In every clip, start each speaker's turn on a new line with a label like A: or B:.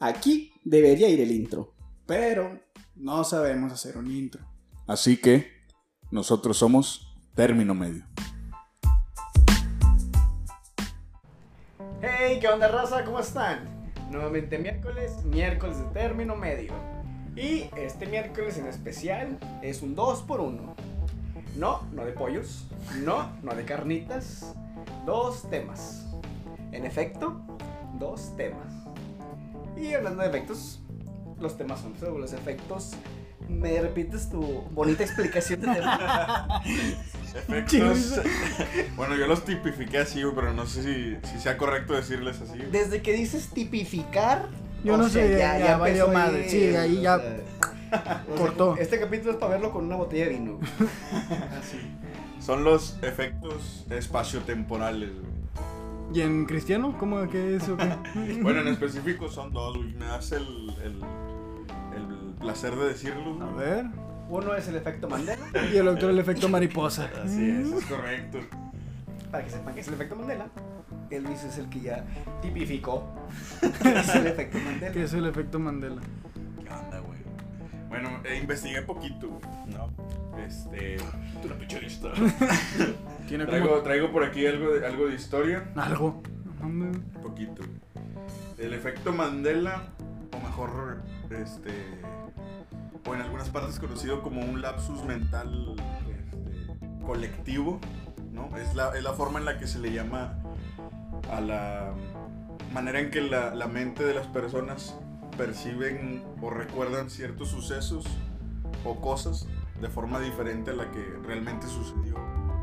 A: Aquí debería ir el intro, pero no sabemos hacer un intro.
B: Así que nosotros somos término medio.
C: Hey, ¿qué onda raza? ¿Cómo están? Nuevamente miércoles, miércoles de término medio. Y este miércoles en especial es un 2x1. No, no de pollos. No, no de carnitas. Dos temas. En efecto, dos temas. Y hablando de efectos, los temas son sobre los efectos. ¿Me repites tu bonita explicación de tema?
B: Efectos. bueno, yo los tipifiqué así, güey, pero no sé si, si sea correcto decirles así. güey.
C: Desde que dices tipificar.
D: Yo
C: o
D: no
C: sea,
D: sé, ya valió
C: empezó
D: madre. Sí, ahí
C: o
D: ya
C: sea, o sea,
D: cortó.
C: este capítulo es para verlo con una botella de vino. güey. Así.
B: Son los efectos espaciotemporales, güey.
D: ¿Y en cristiano? ¿Cómo que es o qué?
B: Bueno, en específico son dos, güey. Me das el, el, el placer de decirlo.
D: A
B: güey.
D: ver.
C: Uno es el efecto Mandela,
D: Y el otro el efecto mariposa.
B: Así es, es correcto.
C: para que sepan que es el efecto Mandela. El Luis es el que ya tipificó. que es el efecto
D: Que
C: Mandela.
D: es el efecto Mandela.
B: ¿Qué onda, güey? Bueno, eh, investigué poquito, güey. No. Este. Tú una pinche lista.
D: Tiene
B: Traigo,
D: como
B: traigo por aquí algo de, algo de historia.
D: algo. Hombre,
B: Poquito, güey. El efecto Mandela, o mejor, este. O en algunas partes conocido como un lapsus mental este, colectivo, ¿no? Es la, es la forma en la que se le llama a la manera en que la, la mente de las personas perciben o recuerdan ciertos sucesos o cosas de forma diferente a la que realmente sucedió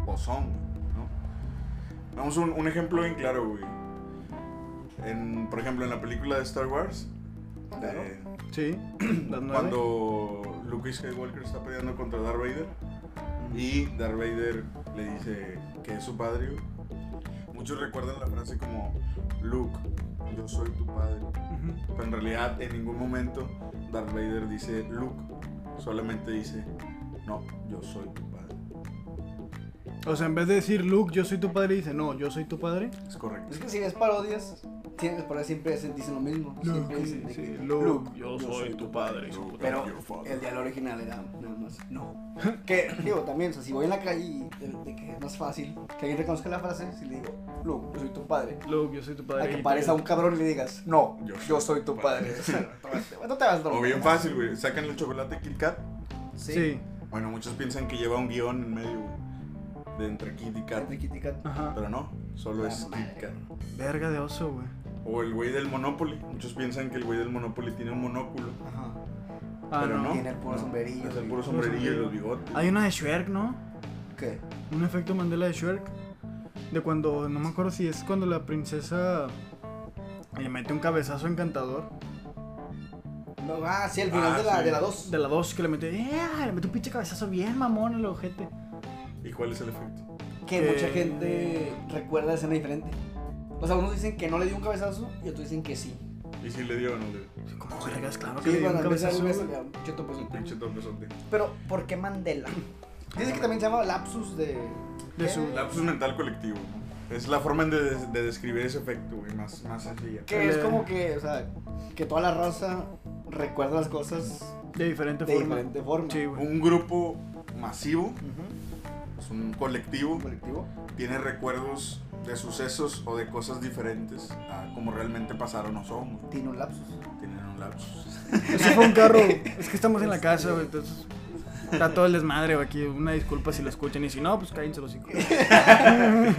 B: o son, ¿no? Vamos a un, un ejemplo bien claro, güey. En, por ejemplo, en la película de Star Wars,
C: Claro.
B: eh,
D: Sí. Las nueve.
B: cuando Luke Skywalker está peleando contra Darth Vader
C: Mm.
B: y Darth Vader le dice que es su padre, güey. muchos recuerdan la frase como Luke, yo soy tu padre.
D: Ujú.
B: Pero en realidad en ningún momento Darth Vader dice Luke, solamente dice no, yo soy tu padre.
D: O sea, en vez de decir Luke, yo soy tu padre, dice, no, yo soy tu padre.
B: Es correcto.
C: Es que si ves parodias, tienes por ahí siempre hacen- dicen lo mismo. Siempre dicen de
D: sí,
C: que,
D: Luke,
C: yo soy tu
D: padre.
B: Luke,
C: Pero
B: your father.
C: el diálogo original era nada más, no. Que digo también, o sea, si voy en la calle y de, de que es más fácil que alguien reconozca la frase, si le digo, Luke, yo soy tu padre.
D: Luke, yo soy tu padre.
C: A que pares a un cabrón y le digas, no,
B: Yo
C: yo,
B: soy
C: soy tu padre. O sea, no te vas- no te vas a
B: O
C: dormir.
B: bien fácil, güey. Sacan el chocolate Kit Kat.
C: Sí.
D: Sí.
B: Bueno, muchos piensan que lleva un guión en medio güey, de entre Kit y Kat.
C: Entre Kit y Kat.
D: Ajá.
B: Pero no, solo es Kit Kat.
D: Verga de oso, güey.
B: O el güey del Monopoly. Muchos piensan que el güey del Monopoly tiene un monóculo.
C: Ajá.
D: Ah,
B: pero no.
C: Tiene el puro
B: no.
C: sombrerillo,
B: Es el
C: güey.
B: puro
D: Puro
B: sombrerillo y
D: sombrerillo.
B: los bigotes.
D: Hay una de Shrek, ¿no?
C: ¿Qué?
D: Un efecto Mandela de Shrek. De cuando, no me acuerdo si es cuando la princesa le mete un cabezazo encantador.
C: No, ah, sí, al final
B: Ah,
C: de, la,
B: sí.
C: de la 2.
D: De la 2 que le mete, ¡eh! Le mete un pinche cabezazo bien mamón al ojete.
B: ¿Y cuál es el efecto?
C: Que
D: Que-
C: mucha gente recuerda la escena diferente. O sea, unos dicen que no le dio un cabezazo y otros dicen que sí.
B: ¿Y si le dio o no le dio?
D: Como jergas, claro que
C: Sí,
D: le dio un
C: cuando empieza
D: cabezazo.
C: el beso,
D: güey.
C: ya, yo topo su
B: Pinche topezote.
C: Pero, ¿por qué Mandela? Dice que también se llama lapsus de.
D: De su-
B: Lapsus pues, mental colectivo. ¿no? Es la forma de, de describir ese efecto, güey, más, más sencilla.
C: Que es
D: Eh.
C: como que, o sea, que toda la raza recuerda las cosas
D: De diferente
C: de
D: forma.
C: diferente forma.
D: Sí, güey.
B: Un grupo masivo,
C: Ujú,
B: es un colectivo,
C: un colectivo.
B: tiene recuerdos de sucesos o de cosas diferentes a como realmente pasaron o son. güey.
C: Tiene un lapsus.
B: Tienen un lapsus.
D: Ese fue un carro. Es que estamos en la casa, güey. Entonces. Está todo el desmadre, güey. Aquí una disculpa si lo escuchan. Y si no, pues cállense los hijos.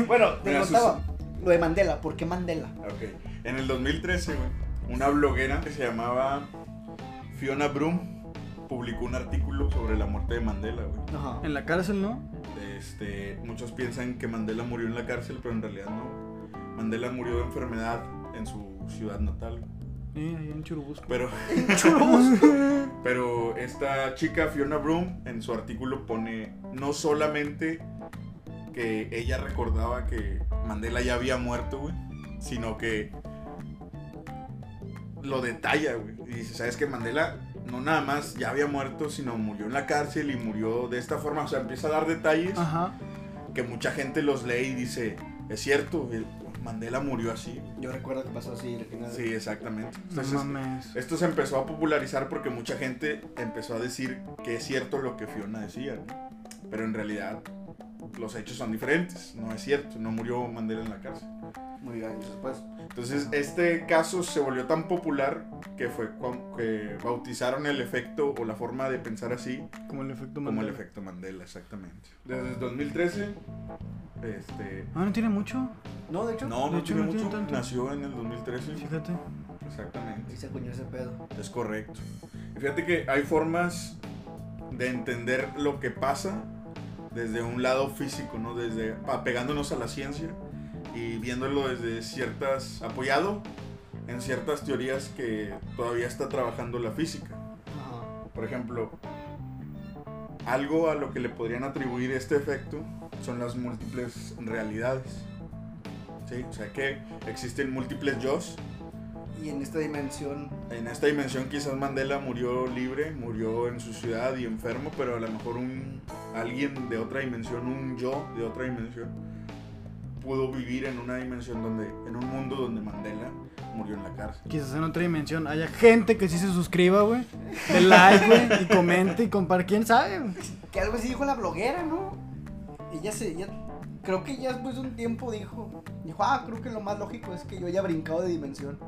C: bueno, te
B: Mira,
C: contaba lo de Mandela. ¿Por qué Mandela?
B: Ok. En el 2013, güey, una bloguera que se llamaba Fiona Broom publicó un artículo sobre la muerte de Mandela, güey.
C: Ajá.
D: En la cárcel, ¿no?
B: Este, muchos piensan que Mandela murió en la cárcel, pero en realidad no. Mandela murió de enfermedad en su ciudad natal.
D: Sí, ahí en Churubusco.
B: Pero, pero esta chica, Fiona Broom, en su artículo pone no solamente que ella recordaba que Mandela ya había muerto, güey, sino que lo detalla, güey. Y dice, ¿sabes que Mandela no nada más ya había muerto, sino murió en la cárcel y murió de esta forma. O sea, empieza a dar detalles
D: Ajá.
B: que mucha gente los lee y dice, es cierto, el- Mandela murió así.
C: Yo recuerdo que pasó así. al final.
B: Sí, exactamente.
D: No
B: Entonces,
D: mames.
B: esto se empezó a popularizar porque mucha gente empezó a decir que es cierto lo que Fiona decía, ¿no? Pero en realidad los hechos son diferentes, no es cierto, no murió Mandela en la cárcel.
C: Muy años después.
B: Entonces, este caso se volvió tan popular que fue cuan- que bautizaron el efecto o la forma de pensar así
D: Como el efecto
B: como el
D: Mandela.
B: efecto Mandela, exactamente. Desde 2013, este...
D: Ah, no tiene mucho.
C: No, de hecho.
B: No,
D: De
B: no
D: hecho,
B: tiene
D: no tiene
B: mucho,
D: tanto.
B: nació en el 2013,
D: Fíjate.
B: exactamente.
C: Y se acuñó ese pedo.
B: Es correcto. Y Fíjate que hay formas de entender lo que pasa desde un lado físico, ¿no? Desde apegándonos a la ciencia y viéndolo desde ciertas apoyado en ciertas teorías que todavía está trabajando la física.
C: Ajá.
B: Por ejemplo, algo a lo que le podrían atribuir este efecto son las múltiples realidades. ¿Sí? O sea que existen múltiples yo's
C: Y en esta dimensión.
B: en esta dimensión quizás Mandela murió libre, murió en su ciudad y enfermo, pero a lo mejor un alguien de otra dimensión, un yo de otra dimensión, pudo vivir en una dimensión donde, en un mundo donde Mandela murió en la cárcel.
D: Quizás en otra dimensión haya gente que sí se suscriba, güey. De like, güey. Y comente y comparte. ¿Quién sabe? güey?
C: Que algo así dijo la bloguera, ¿no? Ella se. Ya, creo que ya después de un tiempo dijo. Dijo, ah, creo que lo más lógico es que yo haya brincado de dimensión.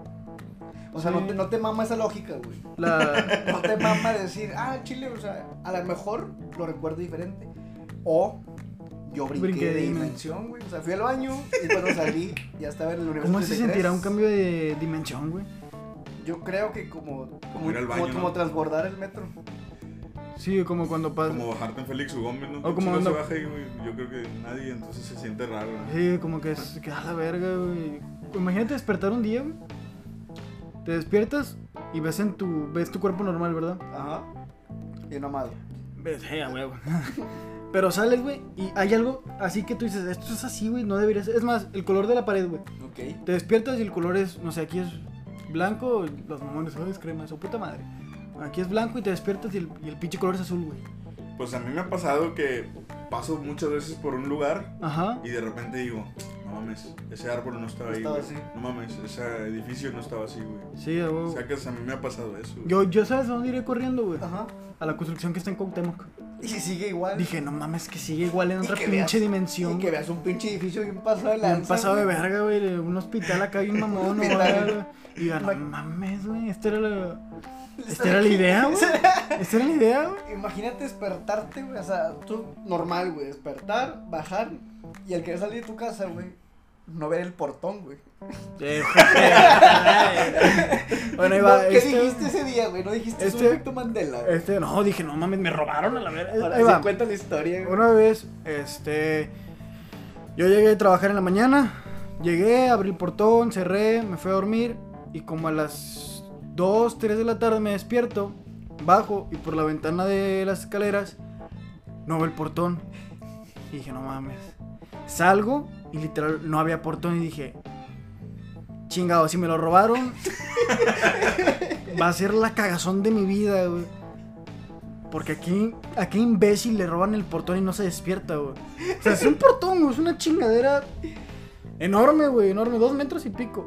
C: O sea, no,
D: Sí.
C: te, no te mama esa lógica, güey.
D: La...
C: No te mama decir, ah, chile, o sea, a lo mejor lo recuerdo diferente. O yo brinqué,
D: Brinqué de
C: de
D: dimensión.
C: dimensión, güey. O sea, fui al baño y cuando salí ya estaba en el universo.
D: ¿Cómo se
C: 33.
D: sentirá un cambio de dimensión, güey?
C: Yo creo que como. Como,
B: ir al baño,
C: como,
B: ¿no?
C: como transbordar el metro.
D: Sí, como cuando pasa.
B: Como bajarte en Félix Gómez, ¿no?
D: O como
B: Si no se
D: anda-
B: baja y, güey, yo creo que nadie, entonces se siente raro. ¿no?
D: Sí, como que es que a la verga, güey. Imagínate despertar un día, güey. Te despiertas y ves en tu ves tu cuerpo normal, ¿verdad?
C: Ajá. Bien amado.
D: Ves, eh, a huevo. Pero sales, güey, y hay algo así que tú dices, esto es así, güey, no debería ser. Es más, el color de la pared, güey.
C: Ok.
D: Te despiertas y el color es, no sé, aquí es blanco, los mamones, "Ay, es crema, su puta madre. Aquí es blanco y te despiertas y el, y el pinche color es azul, güey.
B: Pues a mí me ha pasado que paso muchas veces por un lugar
D: Ajá.
B: Y de repente digo, no mames, ese árbol no estaba
C: No
B: ahí.
C: estaba
B: güey.
C: así.
B: No mames, ese edificio no estaba así, güey.
D: Sí, a huevo.
B: Sacas, a mí me ha pasado eso. güey.
D: Yo, yo sabes a dónde iré corriendo, güey.
C: Ajá.
D: A la construcción que está en Cuauhtémoc.
C: Y si sigue igual.
D: Dije, no mames, que sigue igual en
C: Y
D: otra
C: que
D: pinche
C: veas-
D: dimensión.
C: Y que veas un pinche edificio bien pasado de
D: güey.
C: lanza.
D: Un pasado de
C: güey.
D: verga, güey, de un hospital acá y un mamón,
C: Hospital.
D: güey, güey. Y diga, no
C: Ma-
D: mames, güey, esta era la, esta era la idea, güey. Esta era la idea, güey.
C: Imagínate despertarte, güey. O sea, tú normal, güey. Despertar, bajar. Y al querer salir de tu casa, güey. No ver el portón, güey.
D: Eh, güey. bueno, ahí va.
C: No, ¿Qué
D: este-
C: dijiste ese día, güey? No dijiste
D: este-
C: un efecto Mandela, güey.
D: Este, no, dije, no mames, me robaron a la verga.
C: Ahora
D: Ahí
C: sí
D: va.
C: cuenta la historia, güey.
D: Una vez, este. Yo llegué a trabajar en la mañana. Llegué, abrí el portón, cerré, me fui a dormir. Y como a las 2, 3 de la tarde me despierto, bajo y por la ventana de las escaleras no veo el portón. Y dije, no mames. Salgo y literal no había portón. Y dije, chingado, si me lo robaron, va a ser la cagazón de mi vida, güey. Porque aquí, a qué imbécil le roban el portón y no se despierta, güey. O sea, es un portón, güey, es una chingadera enorme, güey, enorme, dos metros y pico.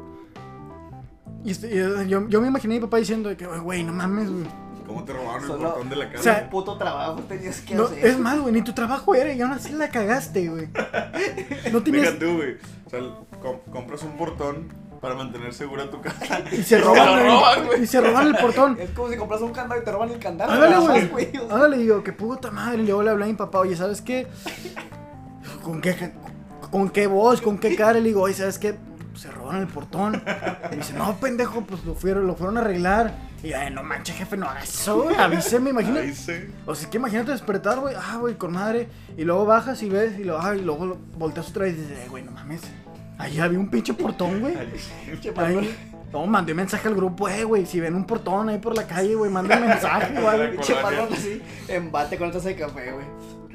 D: Y, este- y yo, yo me imaginé a mi papá diciendo de que, "Oye, güey, no mames, güey.
B: ¿Cómo te robaron el
C: Solo-
B: portón de la casa?
D: o sea,
C: Un puto trabajo tenías que
D: No,
C: hacer.
D: es más, güey, ni tu trabajo era y aún así la cagaste, güey. No
B: Deja
D: tenías...
B: tú, güey. O sea, com- compras un portón para mantener segura tu casa.
D: Y se
B: lo
D: roban, el-
B: roban, güey.
D: y se roban el portón.
C: Es como si compras un candado y te roban el candado.
D: Hágale,
C: ¿no?
D: güey.
C: o sea,
D: Hágale, digo, que puta madre. Y Luego le hablé a mi papá, oye, ¿sabes qué? ¿Con qué, con qué voz, con qué cara? Le digo, oye, ¿sabes qué? Se robaron el portón. Y me dice, no, pendejo, pues lo fueron, lo fueron a arreglar. Y yo, "Ay, no manches, jefe, no hagas eso, güey. Avíseme,
B: Ahí
D: imagínate.
B: sí.
D: O sea, que imagínate despertar, güey. Ah, güey, con madre. Y luego bajas y ves, y luego, ah, y luego lo- volteas otra vez y dices, "Eh, güey, no mames. Ahí había un pinche portón, güey.
B: Ahí sí.
C: pinche manual.
D: Ahí. No, mandé un mensaje al grupo, eh, güey. Si ven un portón ahí por la calle, güey, manda un mensaje, güey.
B: Para
C: Pinche
B: colonia.
C: manual así. Embate con otra taza de café, güey.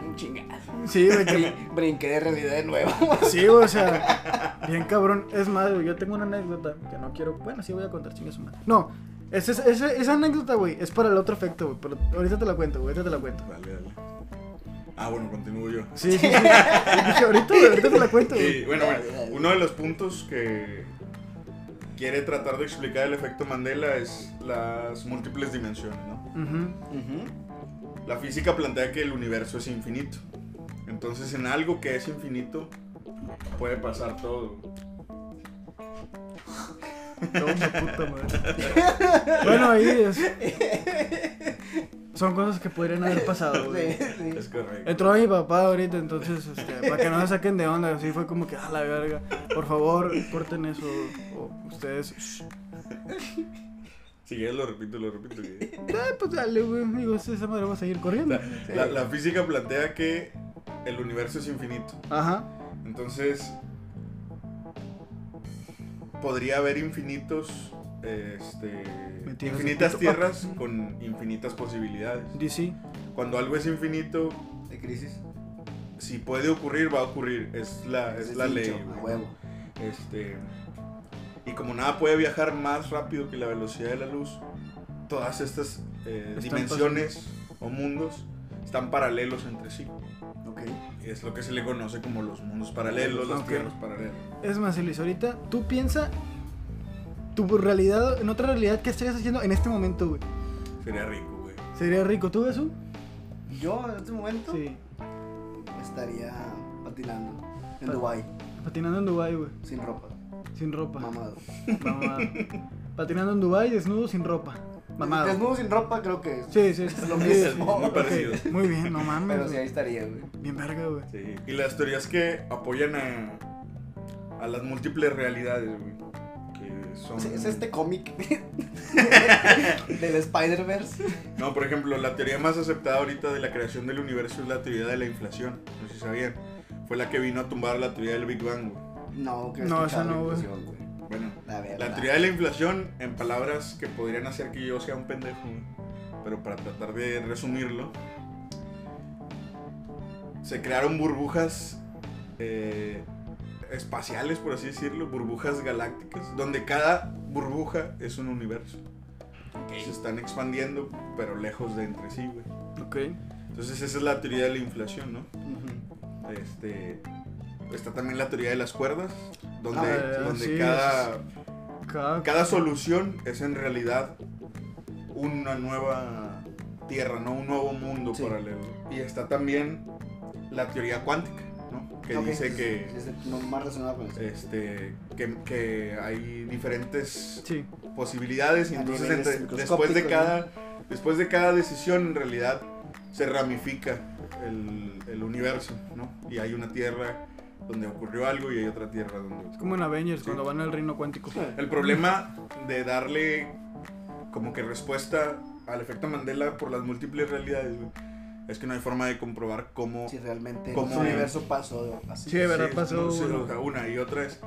C: Un chingado.
D: Sí, güey, que me-
C: Brin- Brinqué de realidad de nuevo.
D: Sí, güey, o sea, bien cabrón. Es más, güey, yo tengo una anécdota que no quiero. Bueno, sí voy a contar, chingue su madre. No, esa, esa, esa anécdota, güey, es para el otro efecto, güey. Pero ahorita te la cuento, güey, ahorita te la cuento.
B: Dale, dale. Ah, bueno, continúo yo.
D: Sí, sí, sí. Dije, ahorita, güey, ahorita te la cuento. güey".
B: Sí, bueno, bueno, uno de los puntos que quiere tratar de explicar el efecto Mandela es las múltiples dimensiones, ¿no?
D: Ujú.
E: Ujú.
B: La física plantea que el universo es infinito. Entonces, en algo que es infinito puede pasar todo.
D: No, mi puta madre. bueno, ahí es. Son cosas que podrían haber pasado, güey.
E: Sí,
B: Es
E: sí.
B: correcto.
D: Entró mi papá ahorita, entonces, este, para que no se saquen de onda, así fue como que, a la verga, por favor, corten eso, o ustedes, "Shh".
B: Si quieres lo repito, lo repito. que-
D: "Ah, pues dale, güey, digo, esa madre va a seguir corriendo.
B: La, la- la física plantea que el universo es infinito.
D: Ajá,
B: Entonces, podría haber infinitos, este,
D: Metidas de
B: infinitas
D: puto-
B: tierras con infinitas posibilidades.
D: DC,
B: Cuando algo es infinito,
E: De crisis.
B: si puede ocurrir, va a ocurrir. Es la, es
E: Ese
B: la ley.
E: dicho, a
B: güey.
E: huevo.
B: Este, y como nada puede viajar más rápido que la velocidad de la luz, todas estas eh,
D: Están
B: dimensiones o mundos están paralelos entre sí.
E: Ok.
B: Es lo que se le conoce como los mundos paralelos, las
D: Ok.
B: tierras paralelas.
D: es más, Elis, ahorita, tú piensa tu realidad, en otra realidad, ¿qué estarías haciendo en este momento, güey?
B: Sería rico, güey.
D: Sería rico, ¿tú ves,
E: Yo en este momento
D: Sí,
E: estaría patinando en
D: Pa-
E: Dubai
D: patinando en Dubai, güey,
E: sin ropa,
D: sin ropa,
E: mamado.
D: mamada. patinando en Dubai, desnudo, sin ropa, mamado.
E: Desnudo sin ropa creo que es.
D: Sí, sí, es
E: lo mismo.
B: Muy
D: Ok,
B: parecido.
D: Muy bien, no mames.
E: Pero sí,
D: güey.
E: ahí estaría, güey.
D: Bien verga, güey.
B: Sí. Y las teorías que apoyan a, a las múltiples realidades, güey. Que son...
E: Es, es este cómic del Spider-Verse.
B: No, por ejemplo, la teoría más aceptada ahorita de la creación del universo es la teoría de la inflación. No sé si sabían. Fue la que vino a tumbar la teoría del Big Bang, güey.
E: No, que
D: No,
E: escuchaba
D: esa no,
E: mi
D: güey.
E: impresión, güey.
B: Bueno,
E: La verdad.
B: la teoría de la inflación, en palabras que podrían hacer que yo sea un pendejo, güey, pero para tratar de resumirlo, se crearon burbujas eh, espaciales, por así decirlo, burbujas galácticas, donde cada burbuja es un universo. Se están expandiendo, pero lejos de entre sí, güey.
D: Ok.
B: Entonces esa es la teoría de la inflación, ¿no?
E: Ujú.
B: Este, está también la teoría de las cuerdas, donde,
D: Ah,
B: donde
D: sí,
B: cada,
D: Cada-
B: cada solución es en realidad una nueva tierra, ¿no? Un nuevo mundo
E: Sí.
B: paralelo. Y está también la teoría cuántica, ¿no? Que
E: Ok,
B: dice
E: sí,
B: que,
E: sí, sí, no, más relacionado con eso.
B: este, que, que hay diferentes
D: Sí.
B: posibilidades y
E: A
B: entonces
E: niveles
B: entre- después de
E: microscópicos,
B: cada después de cada decisión en realidad se ramifica el, el universo ¿no? y hay una tierra donde ocurrió algo y hay otra tierra
D: Es
B: donde
D: como en Avengers
B: Sí.
D: cuando van al reino cuántico.
B: el problema de darle como que respuesta al efecto Mandela por las múltiples realidades güey, es que no hay forma de comprobar cómo
E: Si realmente el
B: Como-
E: universo pasó así.
D: Sí, de verdad
B: Sí,
D: pasó.
B: no, sí,
D: uno.
B: o sea, una y otra es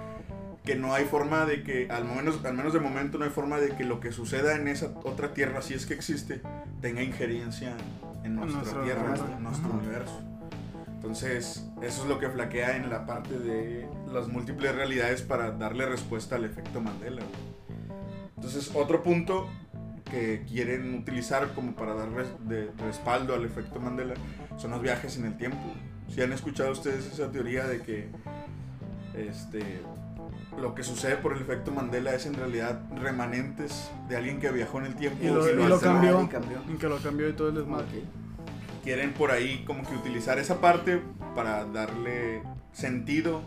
B: que no hay forma de que, al menos, al menos de momento, no hay forma de que lo que suceda en esa otra tierra, si es que existe, tenga injerencia en nuestra
D: Nuestro-
B: tierra,
E: nuestro-
B: en nuestro
D: ajá.
B: universo. Entonces, eso es lo que flaquea en la parte de las múltiples realidades para darle respuesta al efecto Mandela. güey. Entonces, otro punto que quieren utilizar como para dar res- de respaldo al efecto Mandela son los viajes en el tiempo. Si han escuchado ustedes esa teoría de que este, lo que sucede por el efecto Mandela es en realidad remanentes de alguien que viajó en el tiempo
D: Y lo-
B: y lo
D: y lo
B: hace-
D: cambió.
E: Y cambió.
D: En que lo cambió y todo el
C: Ah,
D: desmadre.
E: Ok.
B: quieren por ahí como que utilizar esa parte para darle sentido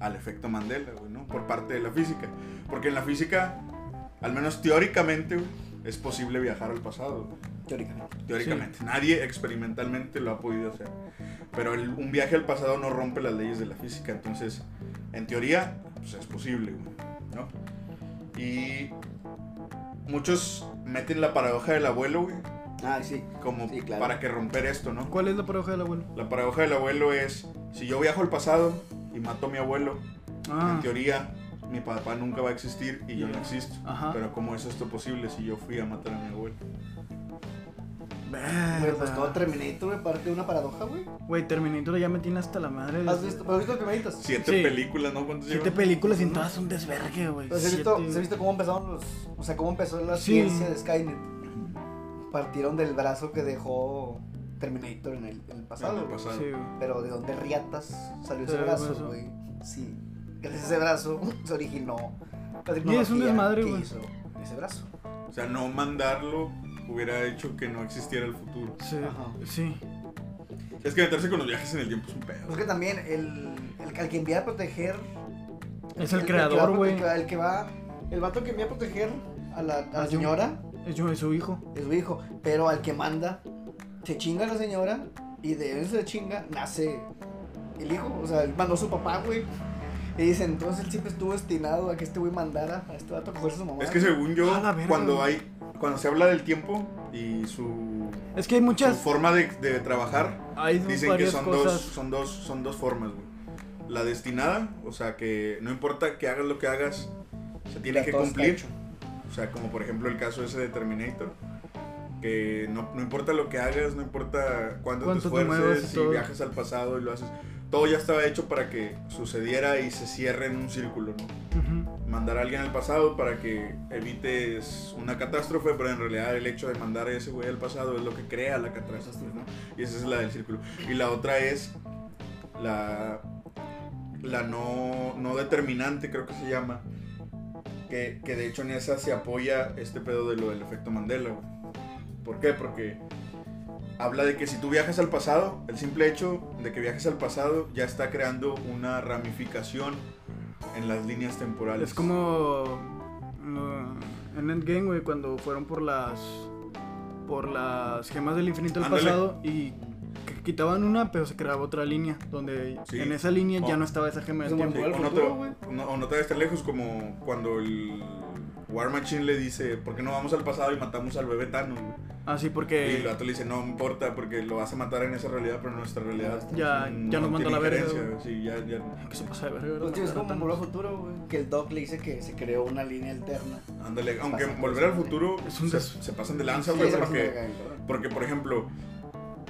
B: al efecto Mandela, güey, ¿no? Por parte de la física. Porque en la física, al menos teóricamente, güey, es posible viajar al pasado. güey.
E: Teóricamente.
B: Teóricamente. Nadie experimentalmente lo ha podido hacer. Pero el- un viaje al pasado no rompe las leyes de la física. Entonces, en teoría, pues es posible, güey, ¿no? Y muchos meten la paradoja del abuelo, güey,
E: Ah, sí.
B: como
E: Sí, claro.
B: para que romper esto, ¿no?
D: ¿Cuál es la paradoja del abuelo?
B: La paradoja del abuelo es, si yo viajo al pasado y mato a mi abuelo,
D: Ah,
B: en teoría mi papá nunca va a existir y yo no existo.
D: Ajá.
B: Pero ¿cómo es esto posible si yo fui a matar a mi abuelo?
E: Güey, pues
D: verga.
E: todo Terminator, güey, parte de una paradoja, güey.
D: Güey, Terminator ya me tiene hasta la madre.
E: ¿Has visto, ¿has visto los primeritos?
B: Siete
D: Sí.
B: películas, ¿no? ¿Cuántas
D: Siete
B: llevan?
D: películas y en todas un desvergue, güey.
E: Pues, ¿Has visto,
D: Siete.
E: ¿Has visto cómo empezaron los. O sea, cómo empezó la
D: Sí.
E: ciencia de Skynet? Partieron del brazo que dejó
C: Terminator en el, en el pasado.
B: En el
C: güey.
B: pasado.
D: Sí, güey.
C: Pero de dónde riatas salió ese
D: Salió
C: brazo,
D: eso.
C: güey. Sí. Gracias a ese brazo se originó la
D: Y es un
C: tecnología
D: desmadre,
C: que
D: güey.
C: hizo ese brazo.
B: O sea, no mandarlo hubiera hecho que no existiera el futuro.
D: Sí,
C: Ajá.
D: sí.
B: Es que meterse con los viajes en el tiempo es un pedo.
C: Pues que también el, el, al que envía a proteger.
D: Es el
C: que va a
D: creador,
C: prote-
D: güey.
C: El que va. El vato que envía a proteger a la, a la
D: Ah, yo-
C: señora
D: Es yo- es su hijo.
C: es su hijo. Pero al que manda, se chinga la señora. Y de él se chinga, nace el hijo. O sea, él mandó a su papá, güey. Y dice, entonces él siempre estuvo destinado a que este güey mandara a este vato a cogerse a su mamá.
B: Es que según yo,
D: A la verga,
B: cuando
D: güey.
B: hay cuando se habla del tiempo y su,
D: Es que hay
B: su
D: muchas.
B: forma de, de trabajar,
D: Hay
B: dicen que
D: varias
B: son
D: cosas.
B: dos, son dos, son dos formas, güey. La destinada, o sea que no importa que hagas lo que hagas, se tiene
C: Ya
B: que
C: todo está
B: cumplir.
C: hecho.
B: O sea, como por ejemplo el caso ese de Terminator, que no, no importa lo que hagas, no importa cuánto,
D: Cuánto te
B: te
D: muevas y
B: esfuerces, si
D: todo.
B: viajas al pasado y lo haces, todo ya estaba hecho para que sucediera y se cierre en un círculo, ¿no?
D: Ujú.
B: mandar a alguien al pasado para que evites una catástrofe, pero en realidad el hecho de mandar a ese güey al pasado es lo que crea la catástrofe, ¿no? Y esa es la del círculo. Y la otra es la, la no, no determinante, creo que se llama, que, que de hecho en esa se apoya este pedo de lo del efecto Mandela, güey. ¿Por qué? Porque habla de que si tú viajas al pasado, el simple hecho de que viajes al pasado ya está creando una ramificación en las líneas temporales.
D: Es como. uh, en Endgame, güey, cuando fueron por las. Por las gemas del infinito del
B: Ándale.
D: pasado y qu- quitaban una, pero se creaba otra línea. Donde
B: Sí.
D: en esa línea ya
B: Oh.
D: no estaba esa gema
C: Es
D: del
C: un buen
D: tiempo.
B: Sí,
C: Igual
B: o, no
C: futuro,
B: te, no- o no te vayas tan lejos como cuando el War Machine le dice, ¿por qué no vamos al pasado y matamos al bebé Thanos? güey?"
D: Así
B: Y
D: Ah, porque.
B: el gato le dice, no importa, porque lo vas a matar en esa realidad, pero en nuestra realidad.
D: Ya,
B: mm,
D: ya nos mandó a
B: tiene
D: la verga.
B: injerencia,
D: güey.
B: güey. Sí, ya, ya.
D: Que se pasa de verga,
C: Pues, tío, es
D: ¿verdad?
C: como en Volver al Futuro, güey. Que el Doc le dice que se creó una línea alterna.
B: Ándale, aunque
C: Pasa
B: volver al
C: cosas,
B: futuro
D: Es un
B: se,
D: des-
B: se pasan de lanza,
C: Sí,
B: güey,
C: se me hace
B: porque,
C: una cagada,
B: porque, por ejemplo,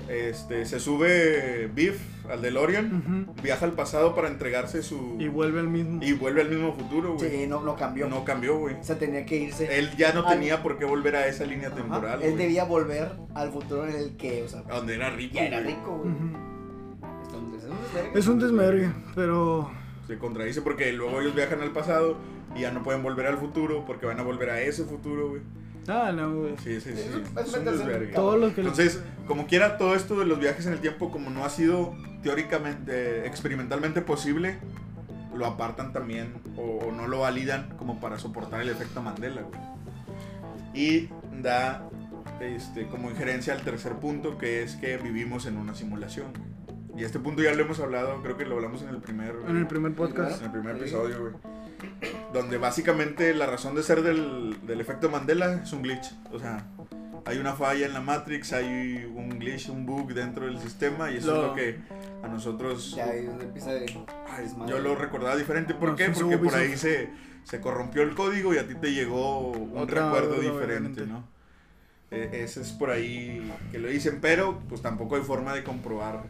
B: este, se sube Biff al DeLorean,
D: Ujú.
B: viaja al pasado para entregarse su...
D: Y vuelve al mismo.
B: y vuelve al mismo futuro,
C: güey.
B: güey.
C: Sí, no, no cambió.
B: no Eh, cambió, güey.
C: O sea, tenía que irse.
B: Él ya no
C: Al-
B: tenía por qué volver a esa línea
C: Ajá.
B: temporal.
C: Él
B: güey.
C: debía volver al futuro en el que, o sea,
B: A donde era rico.
C: ya era
B: güey.
C: rico, güey.
D: Ujú.
C: Entonces, es un desvergue.
D: Es un desmergue, pero.
B: Se contradice porque luego ellos viajan al pasado y ya no pueden volver al futuro porque van a volver a ese futuro, güey.
D: Ah, no, güey.
B: Sí, sí, sí.
C: Es un- es un
B: Es un
C: meterse en
B: desvergue.
C: caos.
D: Todo lo que.
B: Entonces, como quiera, todo esto de los viajes en el tiempo, como no ha sido teóricamente, experimentalmente posible, lo apartan también o, o no lo validan como para soportar el efecto Mandela, güey. Y da este, como injerencia al tercer punto, que es que vivimos en una simulación. güey. Y este punto ya lo hemos hablado, creo que lo hablamos en el primer,
D: En el primer podcast.
B: en el primer
C: Sí.
B: episodio, güey. Donde básicamente la razón de ser del, del efecto Mandela es un glitch. O sea, hay una falla en la Matrix, hay un glitch, un bug dentro del sistema y eso
D: Lo-
B: es lo que a nosotros...
C: Ya ahí es donde empieza de.
B: Ay,
C: desmadre.
B: yo lo recordaba diferente. ¿Por
D: No,
B: qué?
D: sí, sí,
B: Porque por
D: Ubisoft.
B: ahí se, se corrompió el código y a ti te llegó un
D: Otra-
B: recuerdo
D: otra
B: diferente,
D: variante.
B: ¿no? E- ese es por ahí que lo dicen, pero pues tampoco hay forma de comprobar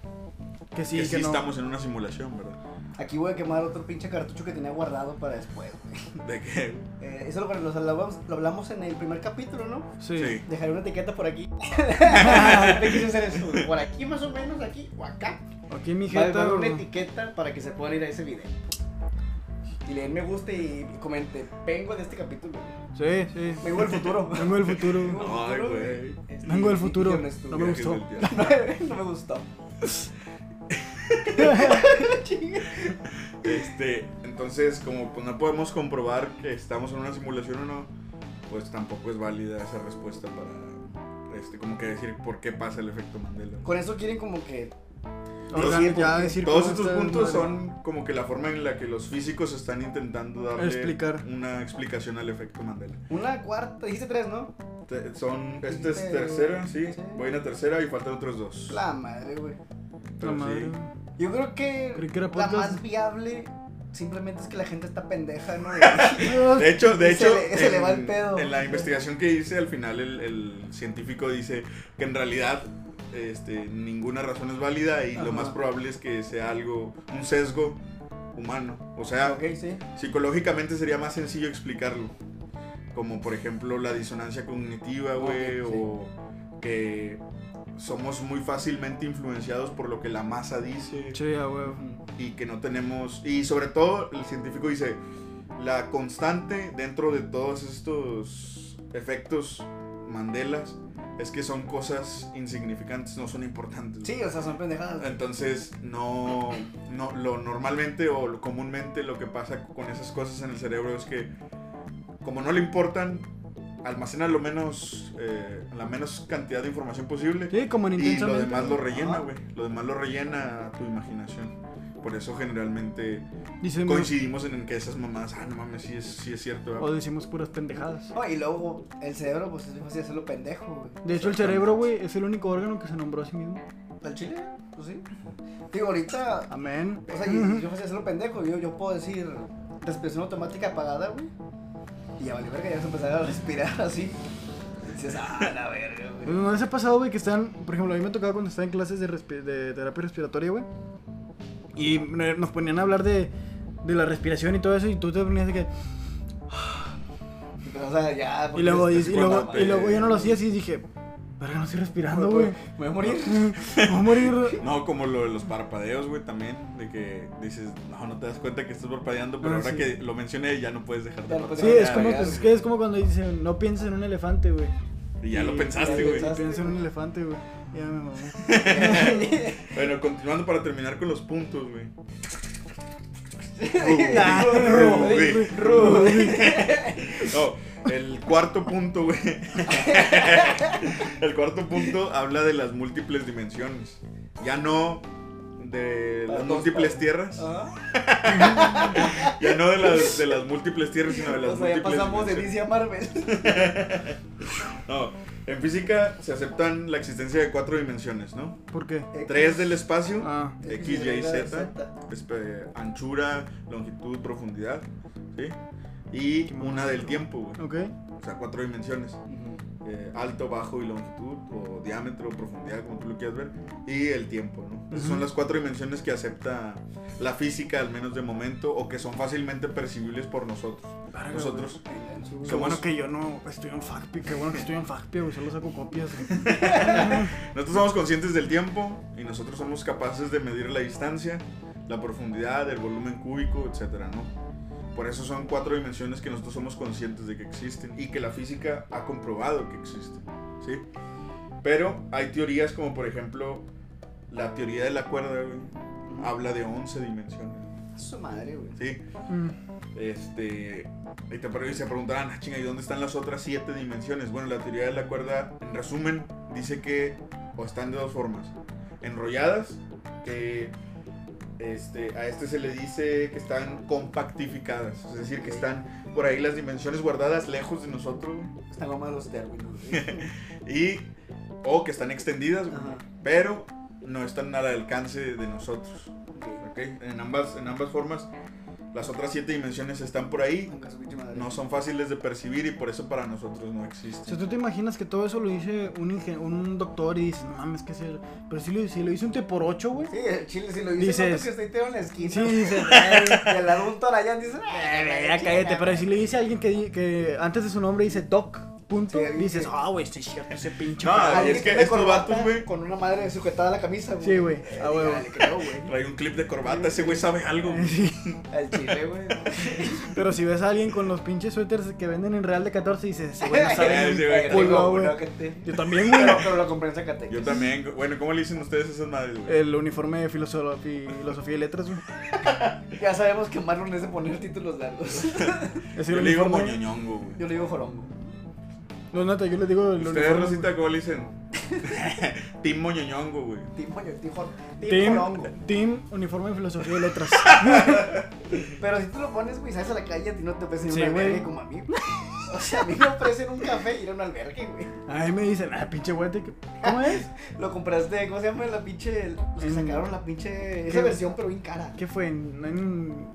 D: Que sí,
B: que
D: que,
B: sí
D: no.
B: estamos en una simulación, ¿verdad?
C: Aquí voy a quemar otro pinche cartucho que tenía guardado para después, güey.
B: De que...
C: Eh, eso lo, lo hablamos, lo hablamos en el primer capítulo, ¿no?
D: Sí.
B: sí.
C: Dejaré una etiqueta por aquí. Te quise hacer eso. güey. Por aquí, más o menos, aquí o acá.
D: Aquí mi
C: Va a
D: jeta.
C: haber una
D: güey.
C: etiqueta para que se puedan ir a ese video. Y le den me gusta y comente, vengo de este capítulo.
D: Sí, sí.
C: Vengo del futuro.
D: Vengo del futuro. güey.
B: Ay, güey.
C: Este,
D: Vengo del
C: y-
D: futuro.
C: y yo no estuve.
D: No me gustó.
C: no me gustó.
B: Este, entonces, como pues, no podemos comprobar que estamos en una simulación o no, pues tampoco es válida esa respuesta para, este, como que decir por qué pasa el efecto Mandela.
C: Con eso quieren como que
D: Organ-
C: Sí,
D: ya
C: porque
D: decir
B: Todos
D: cómo
B: estos
D: está el
B: puntos
D: madre.
B: son como que la forma en la que los físicos están intentando darle
D: Explicar.
B: una explicación al efecto Mandela.
C: una cuarta, dijiste tres, ¿no?
B: Te- son, esta es
C: Dijiste-
B: tercera, sí,
C: sí.
B: voy a la tercera y faltan otros dos.
C: La madre, güey.
B: Pero
D: La
B: sí.
D: madre.
C: Yo creo que,
D: Creí que era
C: la
D: podcast.
C: más viable simplemente es que la gente está pendeja, ¿no?
B: De hecho, de
C: Y se
B: hecho,
C: le- se le va el pedo.
B: en la investigación que hice, al final el, el científico dice que en realidad este, ninguna razón es válida y
D: Ajá.
B: lo más probable es que sea algo, un sesgo humano. O sea,
C: ok, sí.
B: psicológicamente sería más sencillo explicarlo. Como por ejemplo la disonancia cognitiva, güey,
C: Ok, sí.
B: o que somos muy fácilmente influenciados por lo que la masa dice
D: Sí, a huevo.
B: y que no tenemos... Y sobre todo, el científico dice, la constante dentro de todos estos efectos Mandelas es que son cosas insignificantes, no son importantes.
C: Sí, o sea, son pendejadas.
B: Entonces, no, no, lo normalmente o lo comúnmente lo que pasa con esas cosas en el cerebro es que, como no le importan, almacena lo menos, eh, la menos cantidad de información posible
D: Sí, como en
B: y lo
D: intensamente.
B: demás lo rellena,
C: Ajá.
B: güey. Lo demás lo rellena a tu imaginación. Por eso generalmente
D: Dice-
B: coincidimos en que esas mamadas, ah, no mames, sí es, sí es cierto.
D: o
B: ¿verdad?".
D: decimos puras pendejadas.
C: No, y luego el cerebro, pues es fácil hacerlo pendejo, güey.
D: De hecho, el cerebro, güey, es el único órgano que se nombró a sí mismo.
C: ¿Al chile? Pues sí. Digo, ahorita.
D: Amén.
C: O sea, yo, yo fácil hacerlo pendejo. Yo, yo puedo decir respiración automática apagada, güey. Y ya vale, verga, ya vas a empezar a respirar así. Y dices, ah, la verga, güey.
D: ¿No les ha pasado, güey, que están, por ejemplo, a mí me tocaba cuando estaba en clases de, respi- de terapia respiratoria, güey? Y me- nos ponían a hablar de, de la respiración y todo eso, y tú te ponías de que...
C: Pero, o sea, ya.
D: Y
C: porque
D: luego, y,
C: es-
D: y luego,
B: cuando
D: y luego
B: te-
D: yo no lo hacía así, dije, pero no estoy respirando, güey.
C: Me voy a morir.
D: Me voy a morir.
B: No, como lo de los parpadeos, güey, también. De que dices, no, no te das cuenta que estás parpadeando, pero
D: Ah,
B: ahora
D: sí.
B: que lo mencioné ya no puedes dejar de
C: Ya no puedes
B: parpadear.
D: Sí, es
C: Ah,
D: como,
C: ya,
D: pues, es
C: güey.
D: que es como cuando dicen, no pienses en un elefante, güey.
B: Y ya lo
D: Y-
B: pensaste,
C: ya
B: güey.
C: pensaste.
D: Piensa en un elefante, güey. Ya me mamó.
B: Bueno, continuando para terminar con los puntos, güey.
C: Ah,
B: Rubí,
D: Rubí.
B: Rubí. No, el cuarto punto, güey. El cuarto punto habla de las múltiples dimensiones. Ya no de las múltiples tierras.
C: Ajá.
B: Ya no de las, de las múltiples tierras, sino de las
C: O sea, ya
B: múltiples
C: pasamos de
B: dimensiones.
C: DC a Marvel.
B: No, en física se aceptan la existencia de cuatro dimensiones, ¿no?
D: ¿Por qué?
B: Tres del espacio,
D: Ah,
B: X, Y, Z, espe- anchura, longitud, profundidad, ¿sí? Y una del tiempo, güey.
D: ok.
B: O sea, cuatro dimensiones. eh, alto, bajo y longitud, o diámetro, profundidad, como tú lo quieras ver, y el tiempo, ¿no? Esas son
D: Ujú.
B: las cuatro dimensiones que acepta la física, al menos de momento, o que son fácilmente percibibles por nosotros. Nosotros
D: Qué
B: somos-
D: bueno que yo no estoy en FACPI, qué bueno que estoy en FACPI, güey, solo saco copias. güey.
B: Nosotros somos conscientes del tiempo y nosotros somos capaces de medir la distancia, la profundidad, el volumen cúbico, etcétera, ¿no? Por eso son cuatro dimensiones que nosotros somos conscientes de que existen y que la física ha comprobado que existen, ¿sí? Pero hay teorías como, por ejemplo, la teoría de la cuerda, güey, habla de 11 dimensiones,
C: Su madre, güey.
B: ¿sí?
D: Mm.
B: Este, y, te, pre- y se preguntarán, "Ah, chinga, ¿y dónde están las otras siete dimensiones? Bueno, la teoría de la cuerda, en resumen, dice que o están de dos formas. Enrolladas, que este, a este se le dice que están compactificadas, es decir, que están por ahí las dimensiones guardadas lejos de nosotros, güey,
C: Están mal los términos, güey.
B: y, o que están extendidas, güey,
C: Ajá.
B: pero no están al alcance de nosotros.
C: Ok.
B: ¿ok? En, ambas, en ambas formas, las otras siete dimensiones están por ahí,
C: Nunca su pinche madre.
B: no son fáciles de percibir y por eso para nosotros no
D: O sea,
B: existen.
D: tú te imaginas que todo eso lo dice un, ingen- un doctor y dices, no mames, ¿qué es eso? Pero si lo, si lo hizo un te por ocho, güey.
C: Sí, el chile si lo dice
D: Dices-
C: Dices... que está entero en la esquina.
D: Sí, dices,
C: Y el adulto Arayan dice, "Ah,
D: Eh, Ya cállate, pero si le dice a alguien que, di- que antes de su nombre dice Doc, punto,
C: Sí, alguien
D: dices,
C: que-
D: ah, güey, estoy cierto, ese pinche.
B: No,
D: padre".
C: Alguien
B: y es que
C: tiene
B: estos
C: corbata
B: vatos, güey.
C: Con una madre sujetada a la camisa, güey.
D: Sí, güey,
C: Eh,
D: a huevo.
C: ya le creo, güey.
B: Trae un clip de corbata, ese güey sabe algo.
D: Sí,
C: Al chile, güey.
D: Este Pero si ves a alguien con los pinches suéteres que venden en Real de 14, dices, "Ese güey, no sabe. ni-
B: Sí, Este güey,
D: culo,
C: Digo,
D: güey.
C: no, que te-
D: Yo también, güey.
C: Pero, pero lo compré en Zacatecas.
B: Yo también, güey. bueno, ¿cómo le dicen ustedes a esas madres, güey?
D: El uniforme de filoso- fi- filosofía y letras, güey.
C: Ya sabemos que Marlon es de poner títulos largos.
D: Es el
B: Yo le digo
D: uniforme-
B: moñoñongo, güey.
C: Yo le digo jorongo.
D: No, neta, yo le digo el
B: Ustedes,
D: uniforme.
B: Rosita, ¿cómo le dicen? Team moñoñongo, güey.
C: Team, moño- team jor- team jorongo.
D: Team, team, uniforme de filosofía y letras.
C: Pero si tú lo pones, güey, sales a la calle, a ti no te ofrecen
D: Sí,
C: una
D: güey.
C: albergue como a mí. güey. O sea, a mí me ofrecen un café y ir a un albergue, güey.
D: Ahí me dicen, ah, pinche guate, que- ¿cómo es?
C: Lo compraste, ¿cómo se llama? La pinche. Los que
D: En-
C: sacaron la pinche.
D: Mm. ¿Qué?
C: Esa versión, pero bien cara.
D: ¿Qué fue? ¿En, en...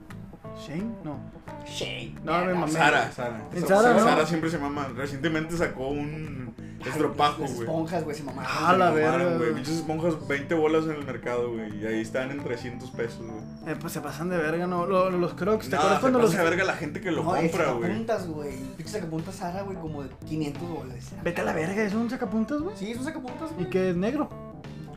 D: Shane? No.
C: Shane.
D: No, me mamé.
B: Sara, Sara.
D: En Sara, ¿no?
B: siempre se mama. Recientemente sacó un Estropajo, güey.
C: Esponjas, güey, se mamaron.
D: Ah, la
C: güey.
D: verga,
B: Mamaron, güey.
D: güey.
B: Pinches esponjas, 20 bolas en el mercado, güey. Y ahí están en 300 pesos, güey.
D: Eh, pues se pasan de verga, ¿no? Lo- lo- Los, crocs, ¿te
B: No,
D: acuerdas
B: se
D: cuando los.
B: pasa de verga la gente que lo
C: No, el
B: compra, güey.
C: sacapuntas, güey. El Pinche sacapuntas Sara, güey, como de 500 dólares.
D: Vete a la verga, es un sacapuntas, güey.
C: Sí, esos sacapuntas,
D: Y
C: güey.
D: que es negro.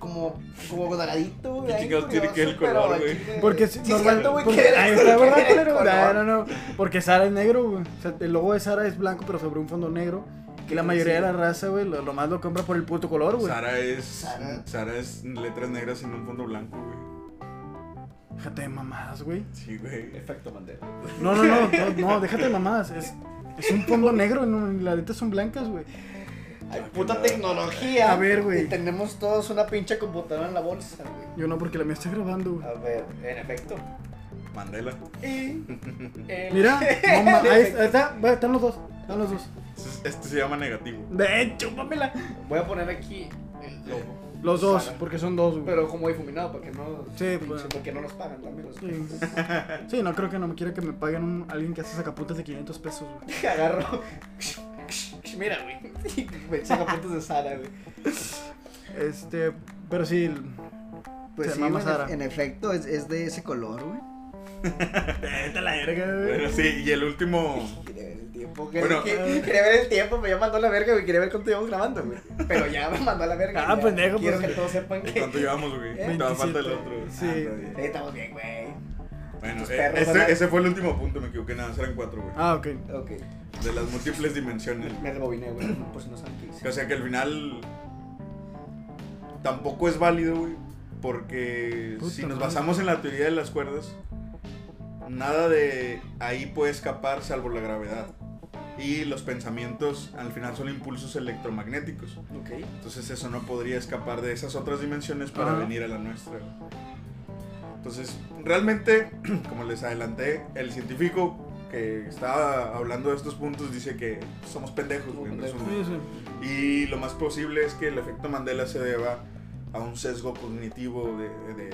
C: Como, como doradito, güey.
B: ¿Qué
C: ahí,
B: chingados tiene que el
C: curioso,
B: color,
C: pero
B: güey?
C: al chile-
D: Porque
C: sí,
D: si-
C: es
D: normal-
C: cierto, güey,
D: porque-
C: que
D: ahí está, ¿verdad,
C: que
D: culero?
C: el color.
D: No, no, no. Porque Sara es negro, güey. O sea, el logo de Sara es blanco, pero sobre un fondo negro. Que la mayoría de la raza, güey, lo, lo más lo compra por el puto color, güey.
B: Sara es.
C: Sara.
B: Sara es letras negras en un fondo blanco, güey.
D: Déjate de mamadas, güey.
B: Sí, güey.
E: Efecto Mandela.
D: No, no, no, no, no, déjate de mamadas. Es, es un fondo negro, no, las letras son blancas, güey.
C: Ay, puta tecnología.
D: A ver, güey.
C: Y tenemos todos una pinche computadora en la bolsa, güey.
D: Yo no, porque la mía está grabando, güey.
C: A ver, en efecto.
B: Mandela.
C: Y. el-
D: Mira, no ma-
C: el
D: ahí
C: efecto.
D: está, está- va, están los dos, están los dos.
B: Este- Este se llama negativo.
D: De hecho, mamela.
C: Voy a poner aquí el logo.
D: Los dos,
C: Sara.
D: porque son dos, güey.
C: Pero como difuminado, para que no.
D: Sí,
C: pinche,
D: pues.
C: Porque no nos pagan también los.
D: Sí. Sí, no creo que no me quiera que me paguen un- alguien que hace sacapuntas de 500 pesos, güey.
C: Agarro. Mira, güey. Me saca puntos de Sara, güey.
D: Este, pero sí, el-
C: Pues
D: Se
C: sí,
D: mama
C: güey, en
D: Sara.
C: ef- en efecto, es, es de ese color, güey.
D: Vete a la verga, güey.
B: Bueno, sí, y el último.
C: Quería ver el tiempo. que-
B: Bueno.
C: que- quería ver el tiempo, pero ya mandó a la verga, güey. Quería ver cuánto llevamos grabando, güey. Pero ya me mandó a la verga.
D: Ah,
C: ya.
D: pendejo,
C: Quiero
D: pues.
C: que todos sepan
B: ¿Y
C: que.
B: cuánto llevamos, güey? Te va a falta el otro.
D: Sí.
B: Ah,
C: Sí, estamos bien, güey.
B: Bueno,
C: Tus
B: eh,
C: perros, ¿verdad?
B: ese, ese fue el último punto, me equivoqué, nada, eran cuatro, güey.
D: Ah, ok.
C: Ok.
B: De las múltiples dimensiones.
C: Me rebobiné, güey. Por si no saben qué hice.
B: O sea que al final tampoco es válido, güey. Porque
D: Puta
B: si nos
D: madre.
B: basamos en la teoría de las cuerdas, nada de ahí puede escapar salvo la gravedad. Y los pensamientos al final son impulsos electromagnéticos.
C: Ok.
B: Entonces eso no podría escapar de esas otras dimensiones para
D: Ajá.
B: venir a la nuestra. güey. Entonces, realmente, como les adelanté, el científico que estaba hablando de estos puntos dice que somos pendejos, güey, en
C: Pendejos.
B: resumen.
D: Sí, sí.
B: Y lo más posible es que el efecto Mandela se deba a un sesgo cognitivo de, de-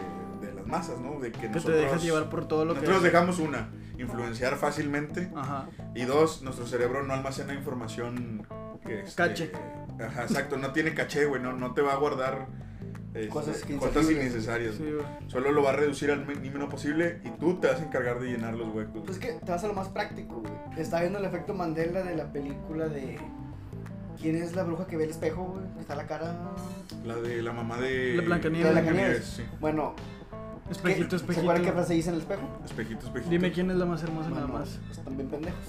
B: de las masas, ¿no? De que
D: Que te
B: nosotros,
D: dejas llevar por todo lo que.
B: nosotros dejamos una, influenciar fácilmente.
D: Ajá.
B: Y dos, nuestro cerebro no almacena información que... este,
D: Cache.
B: Ajá, exacto, no tiene caché, güey, no, no te va a guardar este,
C: Cosas
B: cosas,
C: que inservibles.
B: innecesarias.
D: Sí, güey.
B: Solo lo va a reducir al mínimo posible y tú te vas a encargar de llenar los huecos.
C: Pues es que te vas a lo más práctico, güey. Está viendo el efecto Mandela de la película de. ¿Quién es la bruja que ve el espejo, güey? Que está la cara.
B: la de la mamá de...
D: La Blancanieves.
C: La Blancanieves.
B: sí.
C: Bueno,
D: Espejito,
C: ¿qué- ¿se acuerdan qué
D: espejito.
C: frase dice en el espejo?
B: Espejito, espejito.
D: Dime quién es la más hermosa,
C: Bueno,
D: nada más.
C: pues están bien pendejos.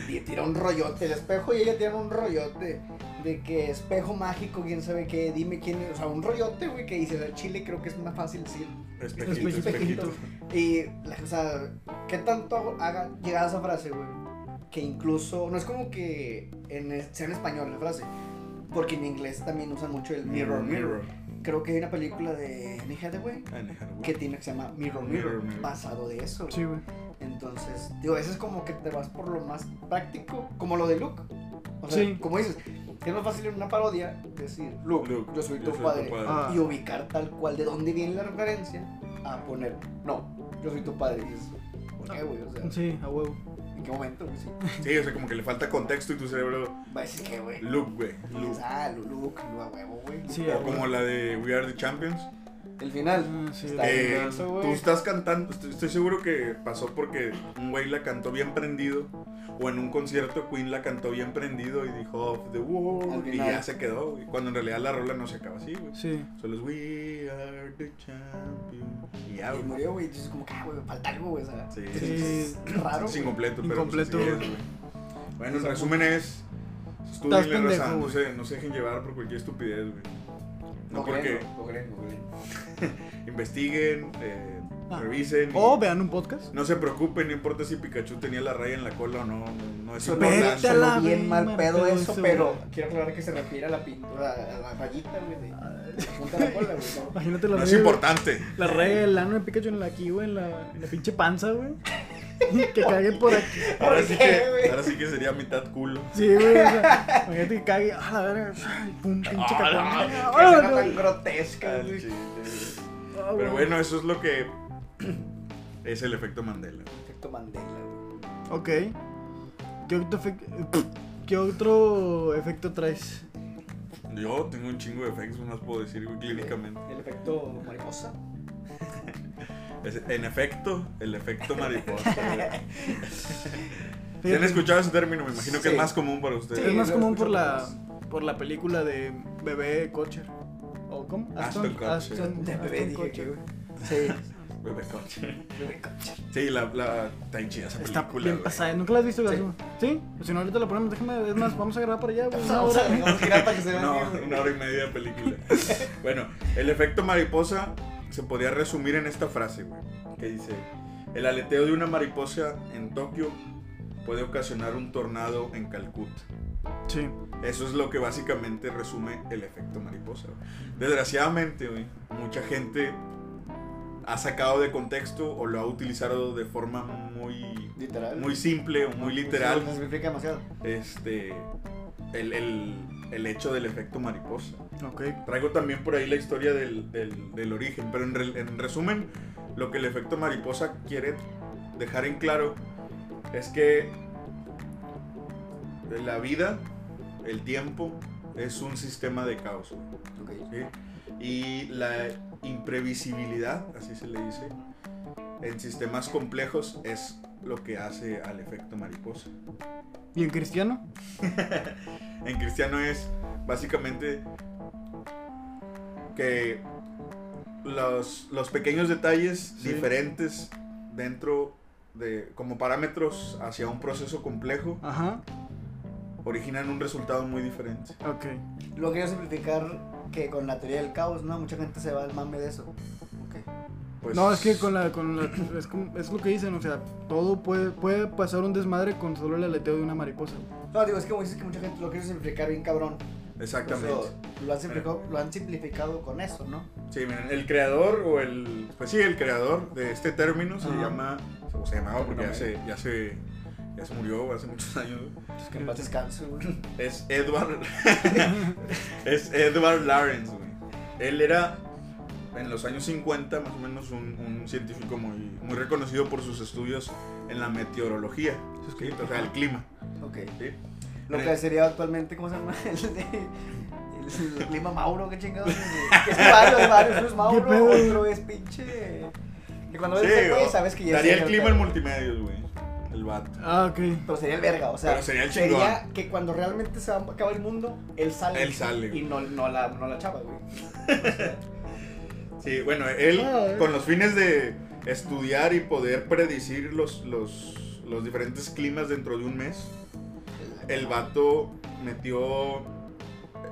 C: Y tira un rollote el espejo y ella tira un rollote de que espejo mágico, quién sabe qué, dime quién es. O sea, un rollote, güey, que dices al chile, creo que es más fácil decir.
B: Espejito, espejito.
C: Espejito. Y, la- o sea, ¿qué tanto haga llegada esa frase, güey? Que incluso, no es como que en, es- sea en español la frase, porque en inglés también usan mucho el mirror, mirror. Creo que hay una película de Annie Hathaway
B: Mm, Ah, en Harvard.
C: que tiene que se llama Mirror,
B: Mirror,
C: Mirror,
B: Mirror.
C: basado de eso. güey.
D: Sí, güey.
C: Entonces, digo, eso es como que te vas por lo más práctico, como lo de Luke. O sea,
D: Sí.
C: como dices, es más fácil en una parodia decir Luke,
B: Luke,
C: yo soy tu padre.
D: Ah.
C: y ubicar tal cual de dónde viene la referencia a poner, no, yo soy tu padre. Y dices, ¿por qué, güey? O sea,
D: Sí, a huevo.
C: ¿en qué momento, güey? Sí.
B: Sí, o sea, como que le falta contexto y tu cerebro.
C: Va a decir que, güey.
B: Luke, güey.
C: Dices,
B: Luke.
C: Ah, Lu- Luke, no a huevo, güey.
D: Sí, a
B: O
D: huevo.
B: como la de We Are the Champions.
C: El final.
D: Ah, sí,
C: Está
D: güey.
B: Eh,
C: bien, eso, güey.
B: tú estás cantando, estoy, estoy seguro que pasó porque un güey la cantó bien prendido. O en un concierto Queen la cantó bien prendido y dijo Off the
C: Al
B: world. Y
C: final.
B: ya se quedó, güey. Cuando en realidad la rola no se acaba así, güey.
D: Sí.
B: Solo es We Are the Champions. Y ya,
C: Y
B: güey.
C: murió, güey. Entonces, como que, ah, güey, me falta algo, güey. O sea,
B: Sí.
D: Sí.
C: es raro.
B: Es
C: güey.
B: incompleto, pero
D: Incompleto.
B: pues, así es, güey. Bueno, el resumen es.
D: Estás
B: Estudien
D: pendejo,
B: raza, no
D: güey.
B: se, no se dejen llevar por cualquier estupidez, güey. No porque
C: creen, no creen, no creen.
B: investiguen, eh,
D: Ah.
B: revisen. y
D: O vean un podcast.
B: No se preocupen, no importa si Pikachu tenía la raya en la cola o no. No, no es
C: Sonó,
D: Vete a
B: importante.
D: la
C: sonó bien
D: verga,
C: mal pedo
D: pedo
C: eso,
D: eso,
C: pero
D: güey.
C: quiero aclarar que se refiere a la pintura, a la rayita, güey, de la punta de la cola, güey. ¿no?
D: Imagínate la
B: No es
D: raya-
B: importante.
D: La raya del ano de Pikachu en la aquí, güey, en la, en la pinche panza, güey. que cague por Ah, aquí.
B: Ahora
C: ¿Por
B: sí,
C: qué,
B: que,
C: güey?
B: ahora sí que sería mitad culo.
D: Sí, güey. O sea, imagínate que cague. Ah, la verga. Ay, pum, pinche
B: Ah, la
D: cacón.
B: verga,
C: Qué
D: Ah,
C: escena
D: no.
C: tan grotesca,
B: Al
C: güey.
B: chile.
D: Ah,
B: Pero
D: güey.
B: bueno, eso es lo que es el efecto Mandela.
C: Efecto Mandela, güey.
D: Ok. ¿Qué otro, efec- eh, ¿Qué otro efecto traes?
B: Yo tengo un chingo de efectos, más puedo decir, güey, clínicamente.
E: El efecto mariposa.
B: Es- en efecto, el efecto mariposa. güey. ¿Ya han
D: Fíjate,
B: escuchado ese término? Me imagino que es
E: Sí.
B: más común para ustedes.
D: es más
E: lo
D: común por
E: escucho
D: la,
E: por
D: por la película de Bebé Kocher. ¿O cómo?
B: Aston Kutcher.
C: De bebé, dije,
D: Kutcher.
C: güey. Sí,
B: Bebé Pues coche.
C: bebé coche.
B: Sí, la, la, está bien chida esa película.
D: Está bien
B: güey.
D: pasada. ¿Nunca la has visto,
C: Sí.
D: Gasú? Sí. Pues si no, ahorita la ponemos. Déjame, es más, vamos a grabar para allá, güey. Una
C: Vamos a
D: hora.
C: vamos a girar para que se vean
B: Una,
C: bien, güey.
B: una hora y media de película. bueno, el efecto mariposa se podía resumir en esta frase, güey, que dice, el aleteo de una mariposa en Tokio puede ocasionar un tornado en Calcuta.
D: Sí.
B: Eso es lo que básicamente resume el efecto mariposa. güey. Desgraciadamente, güey, mucha gente ha sacado de contexto o lo ha utilizado de forma muy,
C: Literal.
B: muy simple o muy literal
C: Se simplifica demasiado.
B: este, el, el- el hecho del efecto mariposa.
D: Ok.
B: Traigo también por ahí la historia del, del- del origen, pero en, re- en resumen, lo que el efecto mariposa quiere dejar en claro es que la vida, el tiempo, es un sistema de caos.
C: Ok.
B: ¿sí? Y la imprevisibilidad, así se le dice, en sistemas complejos es lo que hace al efecto mariposa.
D: ¿Y en cristiano?
B: En cristiano es básicamente que los, los pequeños detalles
D: Sí.
B: diferentes dentro de como parámetros hacia un proceso complejo
D: Ajá.
B: originan un resultado muy diferente.
D: Ok.
C: Lo quería simplificar que con la teoría del caos, ¿no? Mucha gente se va al mame de eso. Ok.
B: Pues,
D: No, es que con la. Con la es, como- es lo que dicen, o sea, todo puede, puede pasar un desmadre con solo el aleteo de una mariposa.
C: No, digo, es que como dices que mucha gente lo quiere simplificar bien cabrón.
B: Exactamente.
C: Pues, lo, lo han simplificado, lo han simplificado con eso, ¿no?
B: Sí, miren, el creador o el... Pues sí, el creador de este término se
D: Ajá.
B: llama... O se llamaba porque ya se, ya se, ya se murió hace muchos años.
C: Pues que en paz descanse, güey.
B: Es Edward. es Edward Lawrence, güey. Él era en los años 50 más o menos un, un científico muy, muy reconocido por sus estudios en la meteorología, ¿sí? o sea, el clima.
C: Ok.
B: ¿sí?
C: Lo
B: Eh.
C: que sería actualmente, ¿cómo se llama? El, de- el clima Mauro, qué chingados. Que es varios, es varios. Uno es
D: ¿Qué pedo?
C: Mauro, otro es pinche. Que cuando ves
B: Sí,
C: ese güey,
B: o-
C: sabes que ya
B: Daría
C: es
B: el clima en multimedios, güey. El vato.
D: Ah, ok.
C: Pero sería el verga, o sea.
B: Pero sería el chingón.
C: que cuando realmente se va a acabar el mundo, él sale.
B: Él sale,
C: Y
B: güey.
C: no, no, la, no la chava, güey.
B: Sí, bueno, él
D: Ah, eh.
B: con los fines de estudiar y poder predecir los, los, los diferentes climas dentro de un mes, el vato metió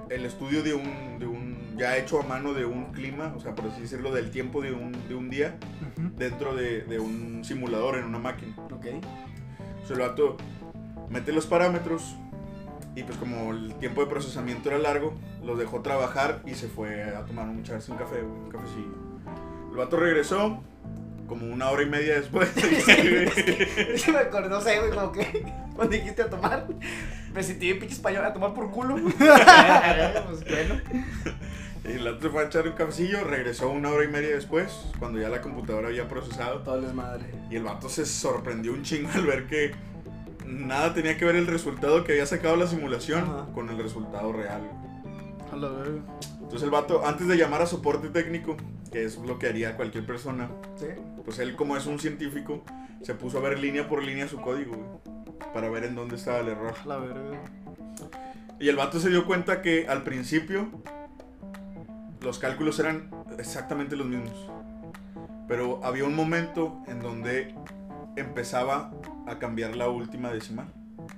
B: el estudio de un, de un ya hecho a mano de un clima, o sea, por así decirlo, del tiempo de un, de un día
D: Ujú.
B: dentro de, de un simulador en una máquina.
C: Ok.
B: O sea, el vato mete los parámetros y pues como el tiempo de procesamiento era largo, los dejó trabajar y se fue a tomar un echarse un café, güey, un cafecillo. El vato regresó como una hora y media después.
C: Sí, me acordé, no sé, güey, como que. Cuando dijiste a tomar, me sentí bien pinche español a tomar por culo. güey. pues bueno.
B: y el vato se fue a echar un cafecillo, regresó una hora y media después, cuando ya la computadora había procesado.
C: Todo les madre.
B: Y el vato se sorprendió un chingo al ver que nada tenía que ver el resultado que había sacado la simulación
C: Ajá.
B: con el resultado real.
D: A la verga.
B: Entonces el vato, antes de llamar a soporte técnico, que es lo que haría cualquier persona,
C: Sí.
B: pues él como es un científico, se puso a ver línea por línea su código, güey, para ver en dónde estaba el error.
D: A la verga.
B: Y el vato se dio cuenta que al principio los cálculos eran exactamente los mismos. Pero había un momento en donde empezaba a cambiar la última decimal.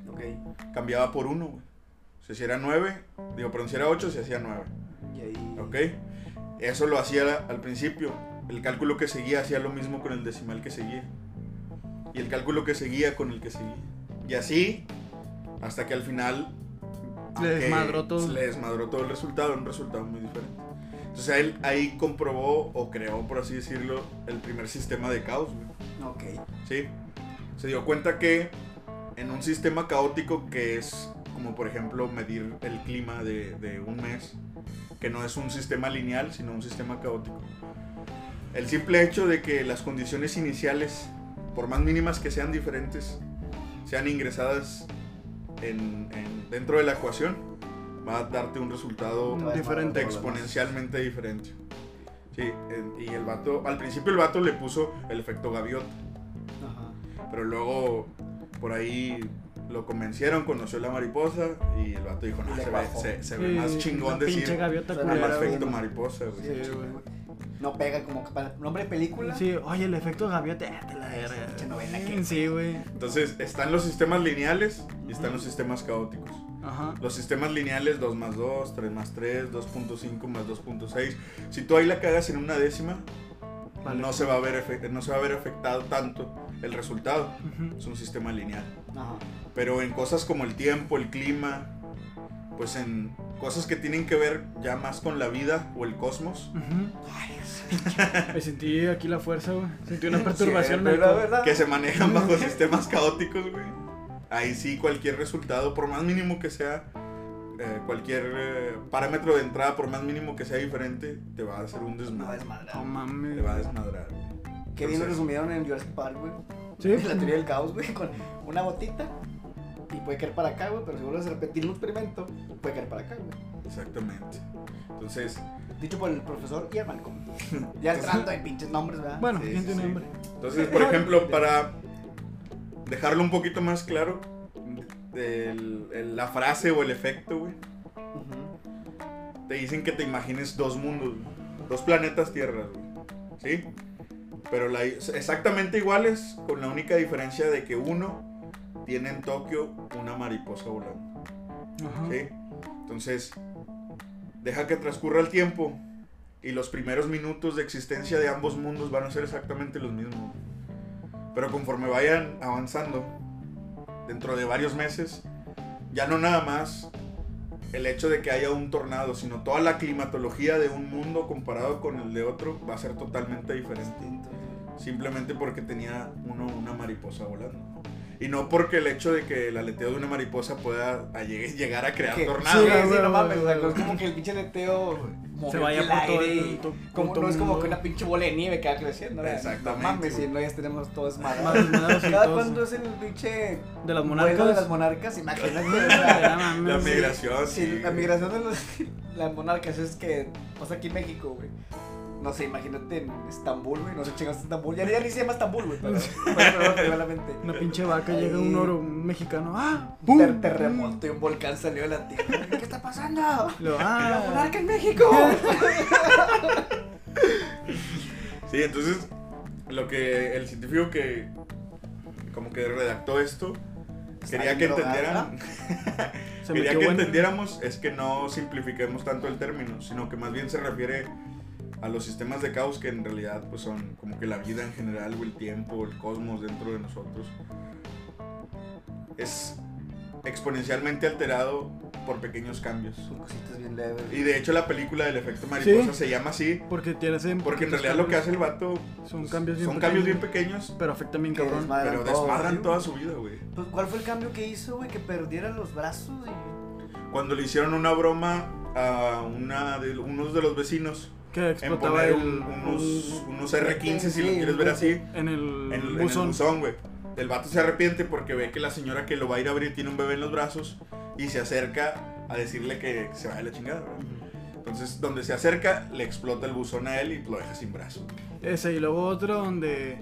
C: Ok.
B: Cambiaba por uno, güey. O sea, Si era 9, digo, perdón, si era 8, se hacía 9.
C: Y ahí.
B: ¿Ok? Eso lo hacía al principio. El cálculo que seguía hacía lo mismo con el decimal que seguía. Y el cálculo que seguía con el que seguía. Y así, hasta que al final...
D: Le
B: aunque
D: desmadró todo.
B: Le desmadró todo el resultado, un resultado muy diferente. Entonces él ahí comprobó o creó, por así decirlo, el primer sistema de caos. güey.
C: Ok.
B: ¿sí? Se dio cuenta que en un sistema caótico que es como por ejemplo medir el clima de, de un mes, que no es un sistema lineal, sino un sistema caótico. El simple hecho de que las condiciones iniciales, por más mínimas que sean diferentes, sean ingresadas en- en- dentro de la ecuación, va a darte un resultado
D: Mm, diferente.
B: exponencialmente diferente. Sí, en- y el vato, al principio el vato le puso el efecto gaviota,
C: Ajá.
B: pero luego por ahí lo convencieron, conoció la mariposa y el vato dijo, no,
C: Y le
B: se ve,
C: bajó.
B: se- se ve más
D: Sí,
B: chingón
D: una Pinche
B: decir
D: gaviota
C: Suena
B: nada
D: culera,
B: más
D: güey.
B: efecto mariposa, güey.
D: Sí,
C: Sí,
D: güey.
C: No pega como que para nombre de película.
D: Sí, oye, el efecto gaviota,
B: ah,
D: eh, te la
C: Pinche
D: verga.
C: novela que-
D: Sí, güey.
B: Entonces, están los sistemas lineales y están los sistemas caóticos.
D: Ajá.
B: Los sistemas lineales 2 más 2, 3 más 3, 2.5 más 2.6. Si tú ahí la cagas en una décima,
D: Vale.
B: no, se va a ver efe- no se va a ver afectado tanto el resultado.
D: Ujú.
B: Es un sistema lineal.
C: Ajá.
B: Pero en cosas como el tiempo, el clima, pues en cosas que tienen que ver ya más con la vida o el cosmos,
D: Ujú. Me sentí aquí la fuerza, güey. Sentí una perturbación
E: Sí,
D: mental.
E: ¿verdad, verdad?
B: que se manejan bajo sistemas caóticos, güey. Ahí sí cualquier resultado, por más mínimo que sea, eh, cualquier eh, parámetro de entrada, por más mínimo que sea diferente, te va a hacer un
C: No es
B: desmadre.
C: madre.
D: No
B: Te
D: "Oh, mames.
B: va a desmadrar. güey.
C: Qué bien lo
B: Entonces-
C: resumieron en Jurassic Park, güey.
D: Sí.
C: La teoría del caos, güey, con una gotita. Y puede caer para acá, güey, pero si vuelves a repetir un experimento, puede caer para acá, güey.
B: Exactamente. Entonces,
C: Dicho por el profesor y el Malcolm. Ya entrando en pinches nombres, ¿verdad?
D: Pues Bueno,
B: Sí,
D: ¿quién
B: sí,
D: tiene
B: sí.
D: hambre?
B: Entonces, por ejemplo, para dejarlo un poquito más claro, el- el- la frase o el efecto, güey,
C: Ujú.
B: te dicen que te imagines dos mundos, güey, dos planetas tierras, güey, ¿sí? Pero la- exactamente iguales, con la única diferencia de que uno tiene en Tokio una mariposa volando,
D: Ajá.
B: ¿sí? Entonces, deja que transcurra el tiempo y los primeros minutos de existencia de ambos mundos van a ser exactamente los mismos. Pero conforme vayan avanzando, dentro de varios meses, ya no nada más el hecho de que haya un tornado, sino toda la climatología de un mundo comparado con el de otro va a ser totalmente diferente. Simplemente porque tenía uno una mariposa volando. Y no porque el hecho de que el aleteo de una mariposa pueda a llegue- llegar a crear
C: Que-
B: tornados.
C: Sí,
D: güey,
C: sí,
D: güey,
C: no
D: güey,
C: mames, o sea,
D: güey.
C: es como que el pinche leteo
D: Se vaya por todo el. to- por
C: Como,
D: todo
C: no es como
D: mundo.
C: que una pinche bola de nieve que va creciendo, ¿verdad?
B: Exactamente,
C: No mames,
B: güey.
C: si no, ya tenemos todo
D: Más
C: desmadrado.
D: desmadroso y
C: Cada
D: todo
C: cuando
D: eso.
C: es el pinche
D: De las
C: vuelo de
D: monarcas.
C: las monarcas, imagínate. o sea,
D: Ah, mames.
B: La migración,
C: Sí,
B: sí.
C: la migración de los, las monarcas es que pasa aquí en México, güey. No sé, imagínate en Estambul, güey. No sé, chingados Estambul. Ya, ya ni se llama Estambul, güey. Pero, pero, pero, pero, la mente.
D: Una pinche vaca llega un oro un mexicano. ¡Ah! ¡Pum!
C: Un terremoto y un volcán salió de la tierra. ¿Qué está pasando?
D: Lo,
C: ¡La
D: ah,
C: monarca en México!
B: Sí, entonces lo que el científico que como que redactó esto quería
C: bien
B: que
C: drogado,
B: entendieran,
D: se
B: quería
D: metió
B: que
D: bueno.
B: entendiéramos es que no simplifiquemos tanto el término, sino que más bien se refiere a los sistemas de caos que en realidad pues son como que la vida en general o el tiempo, el cosmos dentro de nosotros es exponencialmente alterado por pequeños cambios.
C: Son cositas bien leves.
B: Y de hecho la película del efecto mariposa se llama así
D: Porque tiene ese.
B: porque en realidad lo que hace el vato
D: Son
B: pues,
D: cambios bien
B: son cambios bien
D: pequeños.
B: pequeños
D: Pero afecta bien
C: Que
D: cabrón.
C: desmadran
B: Pero
C: todo,
B: desmadran
C: ¿sí?
B: toda su vida, güey.
C: Pues, ¿Cuál fue el cambio que hizo, güey? Que perdiera los brazos y...
B: Cuando le hicieron una broma a una de, unos de los vecinos
D: Que
B: en
D: explotaba
B: poner
D: el.
B: un- unos, unos R15, si
C: Sí,
B: lo quieres ver así, en,
D: En el.
B: el- en el
D: buzón.
B: buzón, güey. El vato se arrepiente porque ve que la señora que lo va a ir a abrir tiene un bebé en los brazos y se acerca a decirle que se vaya a la chingada, güey. Entonces, donde se acerca, le explota el buzón a él y lo deja sin brazo.
D: Ese y luego otro donde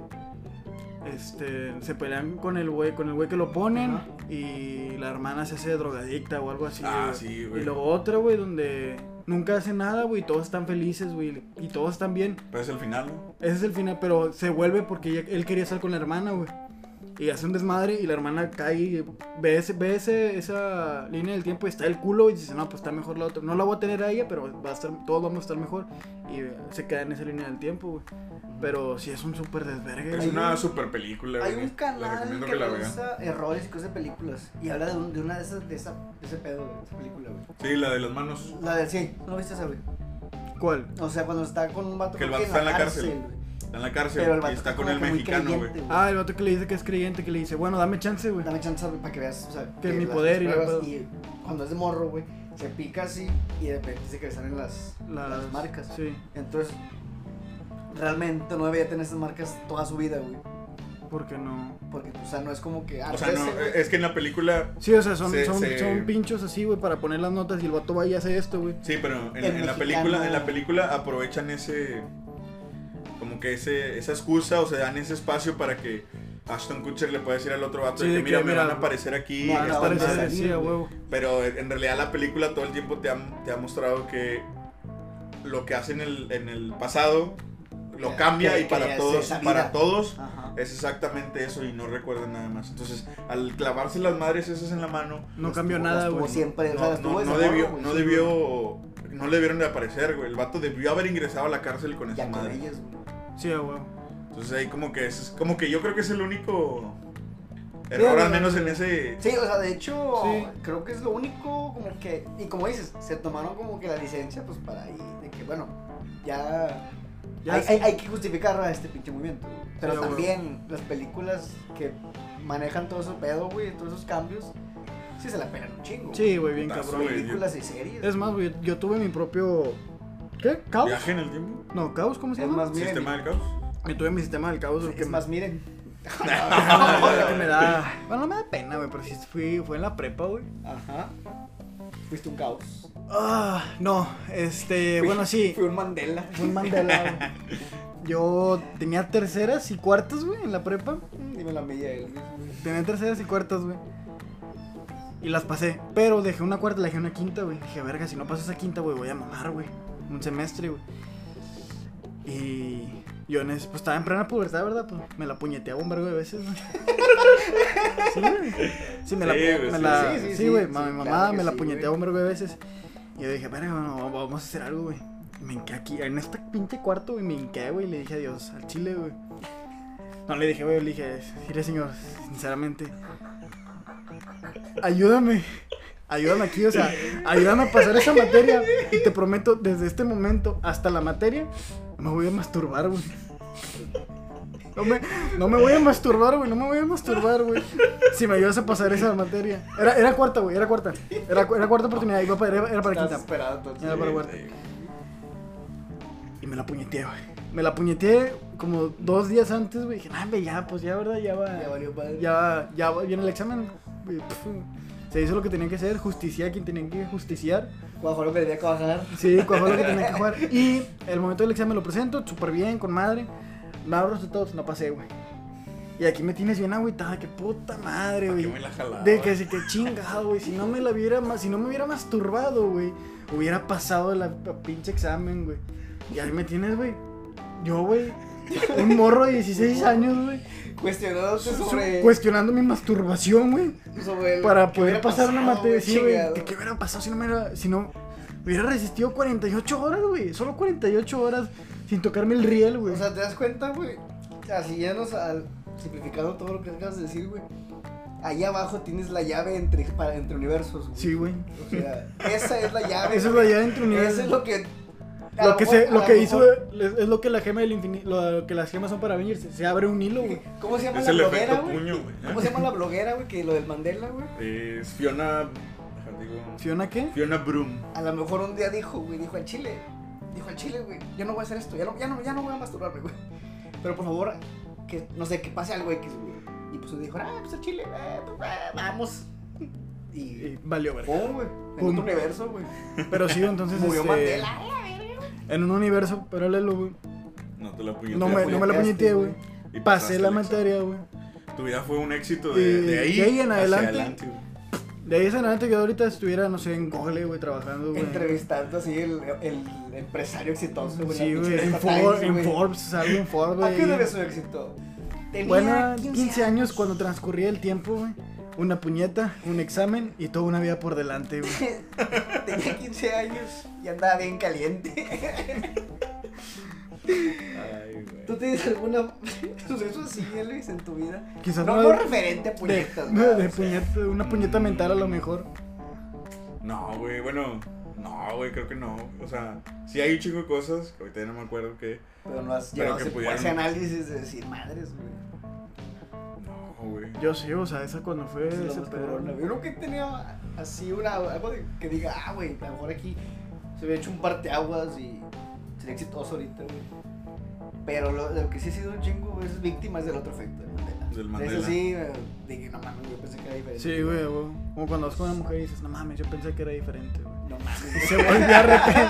D: este se pelean con el güey con el güey que lo ponen
C: Ajá.
D: y la hermana se hace drogadicta o algo así.
B: Ah,
D: güey.
B: sí, güey.
D: Y luego otro, güey, donde nunca hace nada, güey, y todos están felices, güey, y todos están bien.
B: Pero es el final, ¿no?
D: Ese es el final, pero se vuelve porque ella- él quería estar con la hermana, güey. Y hace un desmadre y la hermana cae y ve, ese, ve ese- esa línea del tiempo y está el culo y dice, no, pues está mejor la otra. No la voy a tener a ella, pero va a estar, todos vamos a estar mejor. Y eh, se queda en esa línea del tiempo, güey. Pero sí es un súper desvergue.
B: Es
D: güey.
B: una super película,
C: Hay
B: güey.
C: un
B: Les
C: canal
B: recomiendo
C: que
B: que la vean.
C: lanza errores y cosas de películas. Y habla de, un- de una de esas, de esa, de ese pedo, de esa película, güey.
B: Sí, la de las manos.
C: La del sí, ¿no viste esa, güey?
D: ¿Cuál?
C: O sea, cuando está con un vato
B: Que el
C: creo
B: vato está en la cárcel.
C: güey.
B: Está en la cárcel
C: Pero el vato
B: y está
C: es
B: con
C: como
B: el
C: que muy
B: mexicano, güey.
C: creyente,
D: Ah, el vato que le dice que es creyente, que le dice, bueno, dame chance, güey.
C: Dame chance güey, para que veas, o sea,
D: Que es mi
C: las
D: poder y la
C: pruebas,
D: pedo.
C: y cuando es de morro, güey, se pica así y de repente se crecen en las, las marcas.
D: Sí.
C: Entonces, realmente no debía tener esas marcas toda su vida, güey.
D: Porque no.
C: Porque, o sea, no es como que. ah,
B: O sea, no,
C: ese, güey.
B: es que en la película.
D: Sí, o sea, son,
B: Se-
D: son,
B: se-
D: son pinchos así, güey, para poner las notas y el vato va y hace esto, güey.
B: Sí, pero en,
C: El
B: en la
C: mexicano-
B: película, en la película aprovechan ese. Como que ese, esa excusa, o sea, dan ese espacio para que Ashton Kutcher le pueda decir al otro vato
D: Sí,
B: de que
D: que
B: mira, me
D: mira,
B: van a aparecer aquí.
C: me van a
B: estas
C: aparecer
B: madres".
C: aquí.
D: Sí, a huevo.
B: Pero en en realidad la película todo el tiempo te ha, te ha mostrado que lo que hace en el, en el pasado lo
C: Que-
B: cambia
C: que-
B: y
C: que
B: para
C: es
B: todos,
C: esa
B: para
C: vida.
B: todos
C: Ajá.
B: es exactamente eso y no recuerda nada más. Entonces, al clavarse las madres esas en la mano,
D: No
C: Las
D: cambió
C: tuvo-
D: nada,
C: las tuvo
D: güey.
C: siempre, o sea,
B: no,
C: las tuvo
B: no,
C: ese
B: no
C: morro,
B: debió,
C: güey.
B: no debió, no le debieron de aparecer, güey. El vato debió haber ingresado a la cárcel con esa
C: Ya con
B: madre.
C: ellas, güey.
D: Sí, a huevo.
B: Entonces ahí como que es, como que yo creo que es el único
C: Sí,
B: error,
C: no,
B: al menos
C: no,
B: en ese...
C: Sí, o sea, de hecho,
D: Sí.
C: creo que es lo único como que, y como dices, se tomaron como que la licencia, pues para ahí, de que bueno, ya,
D: Ya
C: hay,
D: es-
C: hay- hay que justificar a este pinche movimiento. güey. Pero
D: Sí, güey.
C: también las películas que manejan todo ese pedo, güey, todos esos cambios, sí se la pegan un chingo.
D: Sí, güey, bien
B: Putazo,
D: cabrón.
B: güey.
C: Películas y series.
D: Es más, güey, yo tuve mi propio. ¿Qué? ¿Caos?
B: ¿Viaje en el tiempo?
D: No, ¿caos? ¿Cómo se
C: Es
D: llama?
C: más, miren.
B: ¿Sistema del caos?
D: Yo tuve mi sistema del caos. el que
C: Es más, miren.
D: que me da. Bueno, no me da pena, güey, pero sí fui, fue en la prepa, güey.
C: Ajá. Fuiste un caos.
D: Ah, no, este, bueno, sí.
C: Fui un Mandela.
D: Un Mandela, güey. Yo tenía terceras y cuartas, güey, en la prepa.
C: Dime la media de él.
D: Tenía terceras y cuartas, güey. Y las pasé. Pero dejé una cuarta, y dejé una quinta, güey. Dije, verga, si no paso esa quinta, güey, voy a mamar, güey. Un semestre, güey. Y yo en ese, pues estaba en plena pubertad, ¿verdad? Pues me la puñeteaba un vergo de veces, güey. sí, güey. Sí, me la
B: Sí,
D: pu-
B: güey,
D: me
B: sí,
D: la-
C: sí, sí,
D: Sí, güey.
C: sí,
D: ma- mi mamá
C: claro que
D: me la
C: sí,
D: puñeteaba
C: güey.
D: un vergo de veces. Y yo dije, verga, bueno, va- vamos a hacer algo, güey. Y Me hinqué aquí, en este pinche cuarto, güey, me hinqué, güey, y le dije adiós al chile, güey. No le dije, güey, le dije, mire, señor, sinceramente, ayúdame, ayúdame aquí, o sea, ayúdame a pasar esa materia. Y te prometo, desde este momento hasta la materia, no me voy a masturbar, güey. No me, no me voy a masturbar, güey, no me voy a masturbar, güey. Si me ayudas a pasar esa materia. Era, era cuarta, güey, era cuarta. Era, cu- era cuarta oportunidad, iba para, era, era para
C: Estás
D: quinta.
C: esperado entonces.
D: Era para cuarta.
B: Eh,
D: Y me la puñeteé, güey. Me la puñeteé como dos días antes, güey. Dije, nah, hombre, ya, pues ya, ¿verdad? Ya va.
C: Ya valió padre.
D: ya, ya viene el examen. Y, pf, Se hizo lo que tenía que hacer, justicié a quien tenían que justiciar.
C: Bajo lo que tenía que bajar.
D: Sí, cuajó lo que tenía que jugar. Y el momento del examen lo presento, súper bien, con madre. Me abro los resultados, no pasé, güey. Y aquí me tienes bien agüitada, que puta madre,
B: ¿Para Ah,
D: güey.
B: qué me la jalaba?
D: De que sí, que chingado, güey. Si no me la hubiera, ma- si no me hubiera masturbado, güey, hubiera pasado la la pinche examen, güey. Y ahí me tienes, güey. Yo, güey, un morro de 16 años, güey,
C: Cuestionándose
D: su-
C: sobre.
D: cuestionando mi masturbación, güey,
C: sobre el-
D: para
C: qué
D: poder
C: hubiera
D: pasar una
C: pasado,
D: materia.
C: güey,
D: Sí, güey,
C: chingado.
D: ¿de ¿qué hubiera pasado si no me hubiera, si no hubiera resistido 48 horas, güey? Solo 48 horas sin tocarme el riel, güey.
C: O sea, te das cuenta, güey. Así ya nos al simplificando todo lo que acabas de decir, güey. Ahí abajo tienes la llave entre, para, entre universos, güey.
D: sí, güey.
C: O sea, esa es la llave.
D: Eso es
C: güey.
D: lo ya dentro
C: Eso es lo que. a
D: Lo que,
C: mejor-
D: se, lo
C: a
D: que hizo
C: mejor-
D: es, es lo que la gema del infinito, lo, que las gemas son para venirse. Se abre un hilo, güey.
C: ¿Cómo se llama
B: Es
C: la
B: el
C: bloguera,
B: efecto
C: güey?
B: puño, güey.
C: ¿Cómo se llama la bloguera, güey? Que lo del Mandela, güey.
B: Eh, Es Fiona. deja, digo,
D: ¿Fiona qué?
B: Fiona Broom.
C: A lo mejor un día dijo, güey, dijo al chile, dijo al chile, güey, yo no voy a hacer esto, ya no, ya no, ya no voy a masturbarme, güey. Pero por favor, que no sé, que pase algo X, güey. Y pues dijo, ah, pues al chile, eh, pues, eh, vamos. Y.
D: Y valió verga.
C: ¡Pum, güey! En
D: Pum.
C: otro universo, güey.
D: Pero sí, entonces.
C: Oh. Murió
D: este,
C: Mandela.
D: En un universo paralelo, güey.
B: No te la puñeteé.
D: No me, no me la puñeteé, güey.
B: este, Y
D: Pasé la
B: pasaste el examen.
D: materia, güey.
B: Tu vida fue un éxito de,
D: Y
B: de ahí.
D: de ahí en
B: hacia
D: adelante.
B: güey.
D: De ahí en adelante que ahorita estuviera, no sé, en Google, güey, trabajando, güey.
C: Entrevistando así el, el empresario exitoso, güey.
D: Sí,
C: la
D: güey.
C: pinche
D: En, For-
C: revista Times,
D: en pues,
C: güey.
D: Forbes, algo en Forbes,
C: ¿A qué
D: güey.
C: debe su éxito? Tenía
D: Bueno, 15 años cuando transcurría el tiempo, güey. Una puñeta, un examen y toda una vida por delante, güey.
C: Tenía 15 años y andaba bien caliente.
B: Ay, güey.
C: ¿Tú tienes alguna suceso así, Luis, en tu vida?
D: Quizás
C: No,
D: una-
C: no referente a
D: de,
C: puñetas,
D: no,
C: ¿verdad?
D: de
C: O sea,
D: puñeta, una puñeta mental a lo mejor.
B: No, güey, bueno. No, güey, creo que no. O sea, sí hay un chingo de cosas. que Ahorita ya no me acuerdo que.
C: Pero no has llegado
B: Pero
C: a
B: que
C: ese- a
B: pudieran-
C: ese análisis de decir madres, güey.
B: No, güey.
D: Yo sí, o sea, esa cuando fue
C: Eso es
D: ese
C: lo más
D: pedo.
C: cabrón, güey. Yo nunca he tenido así una, algo de- que diga, ah, güey, a lo mejor aquí se hubiera hecho un parteaguas y sería exitoso ahorita, güey. Pero lo, lo que sí he sido un chingo es víctimas del otro efecto de Mandela.
B: del Mandela.
C: Eso sí, eh, dije, no mames, yo pensé que era diferente.
D: Sí, güey, güey. Como cuando vas con una mujer y dices, no mames, yo pensé que era diferente, güey.
C: No
D: Y
C: mames.
D: se volvió a repetir.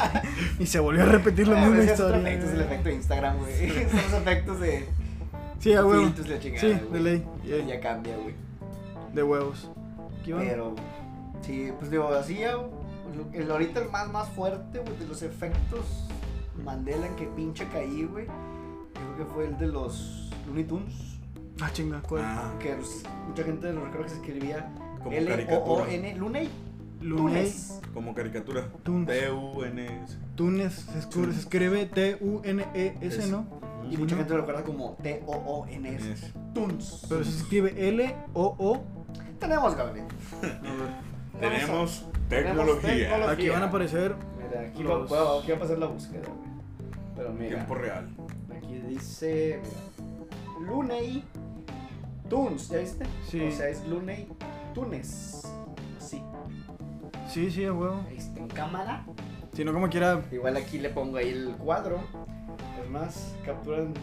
D: y se volvió a repetir la
C: Ah,
D: misma
C: ese es otro
D: historia.
C: efecto, es el
D: güey.
C: efecto de Instagram, güey. Son los efectos de
D: Sí, a huevo.
C: filtros y la chingada,
D: Sí,
C: güey.
D: de ley. Yeah,
C: Ya cambia, güey.
D: De huevos. ¿Qué onda?
C: Pero, sí, pues digo, así ya, lo- el, ahorita el más, más fuerte, güey, de los efectos Mandela en que pinche caí, güey, yo creo que fue el de los Looney Tunes,
D: Ah, chinga, ¿cuál?
B: Ah,
C: que los- mucha gente no recuerdo que se escribía
B: como caricatura.
C: L-O-O-N, Looney
D: Luney.
C: Tunes.
B: Como caricatura.
D: Tunes.
B: T-U-N.
D: Tunes. Se escribe, se escribe T-U-N-E-S,
B: Es-
D: E ¿no?
C: Y
D: Sí,
C: mucha
D: ¿no?
C: gente lo recuerda como
B: E
C: T-O-O-N-S, E Tunes.
D: Pero se escribe L-O-O.
C: Tenemos, Gabriel.
B: Tenemos tecnología.
E: tecnología.
D: Aquí van a aparecer.
E: Mira, aquí,
D: Los-
E: va, bueno, aquí va a pasar la búsqueda, güey. Pero mira,
B: Tiempo real.
E: aquí dice. Mira, Lunay Tunes, ¿ya viste?
D: Sí.
E: O sea, es Lunay Tunes. Sí.
D: Sí, sí, a huevo.
E: Ahí está en cámara.
D: Si no, como quiera.
E: Igual aquí le pongo ahí el cuadro. Es más, capturan.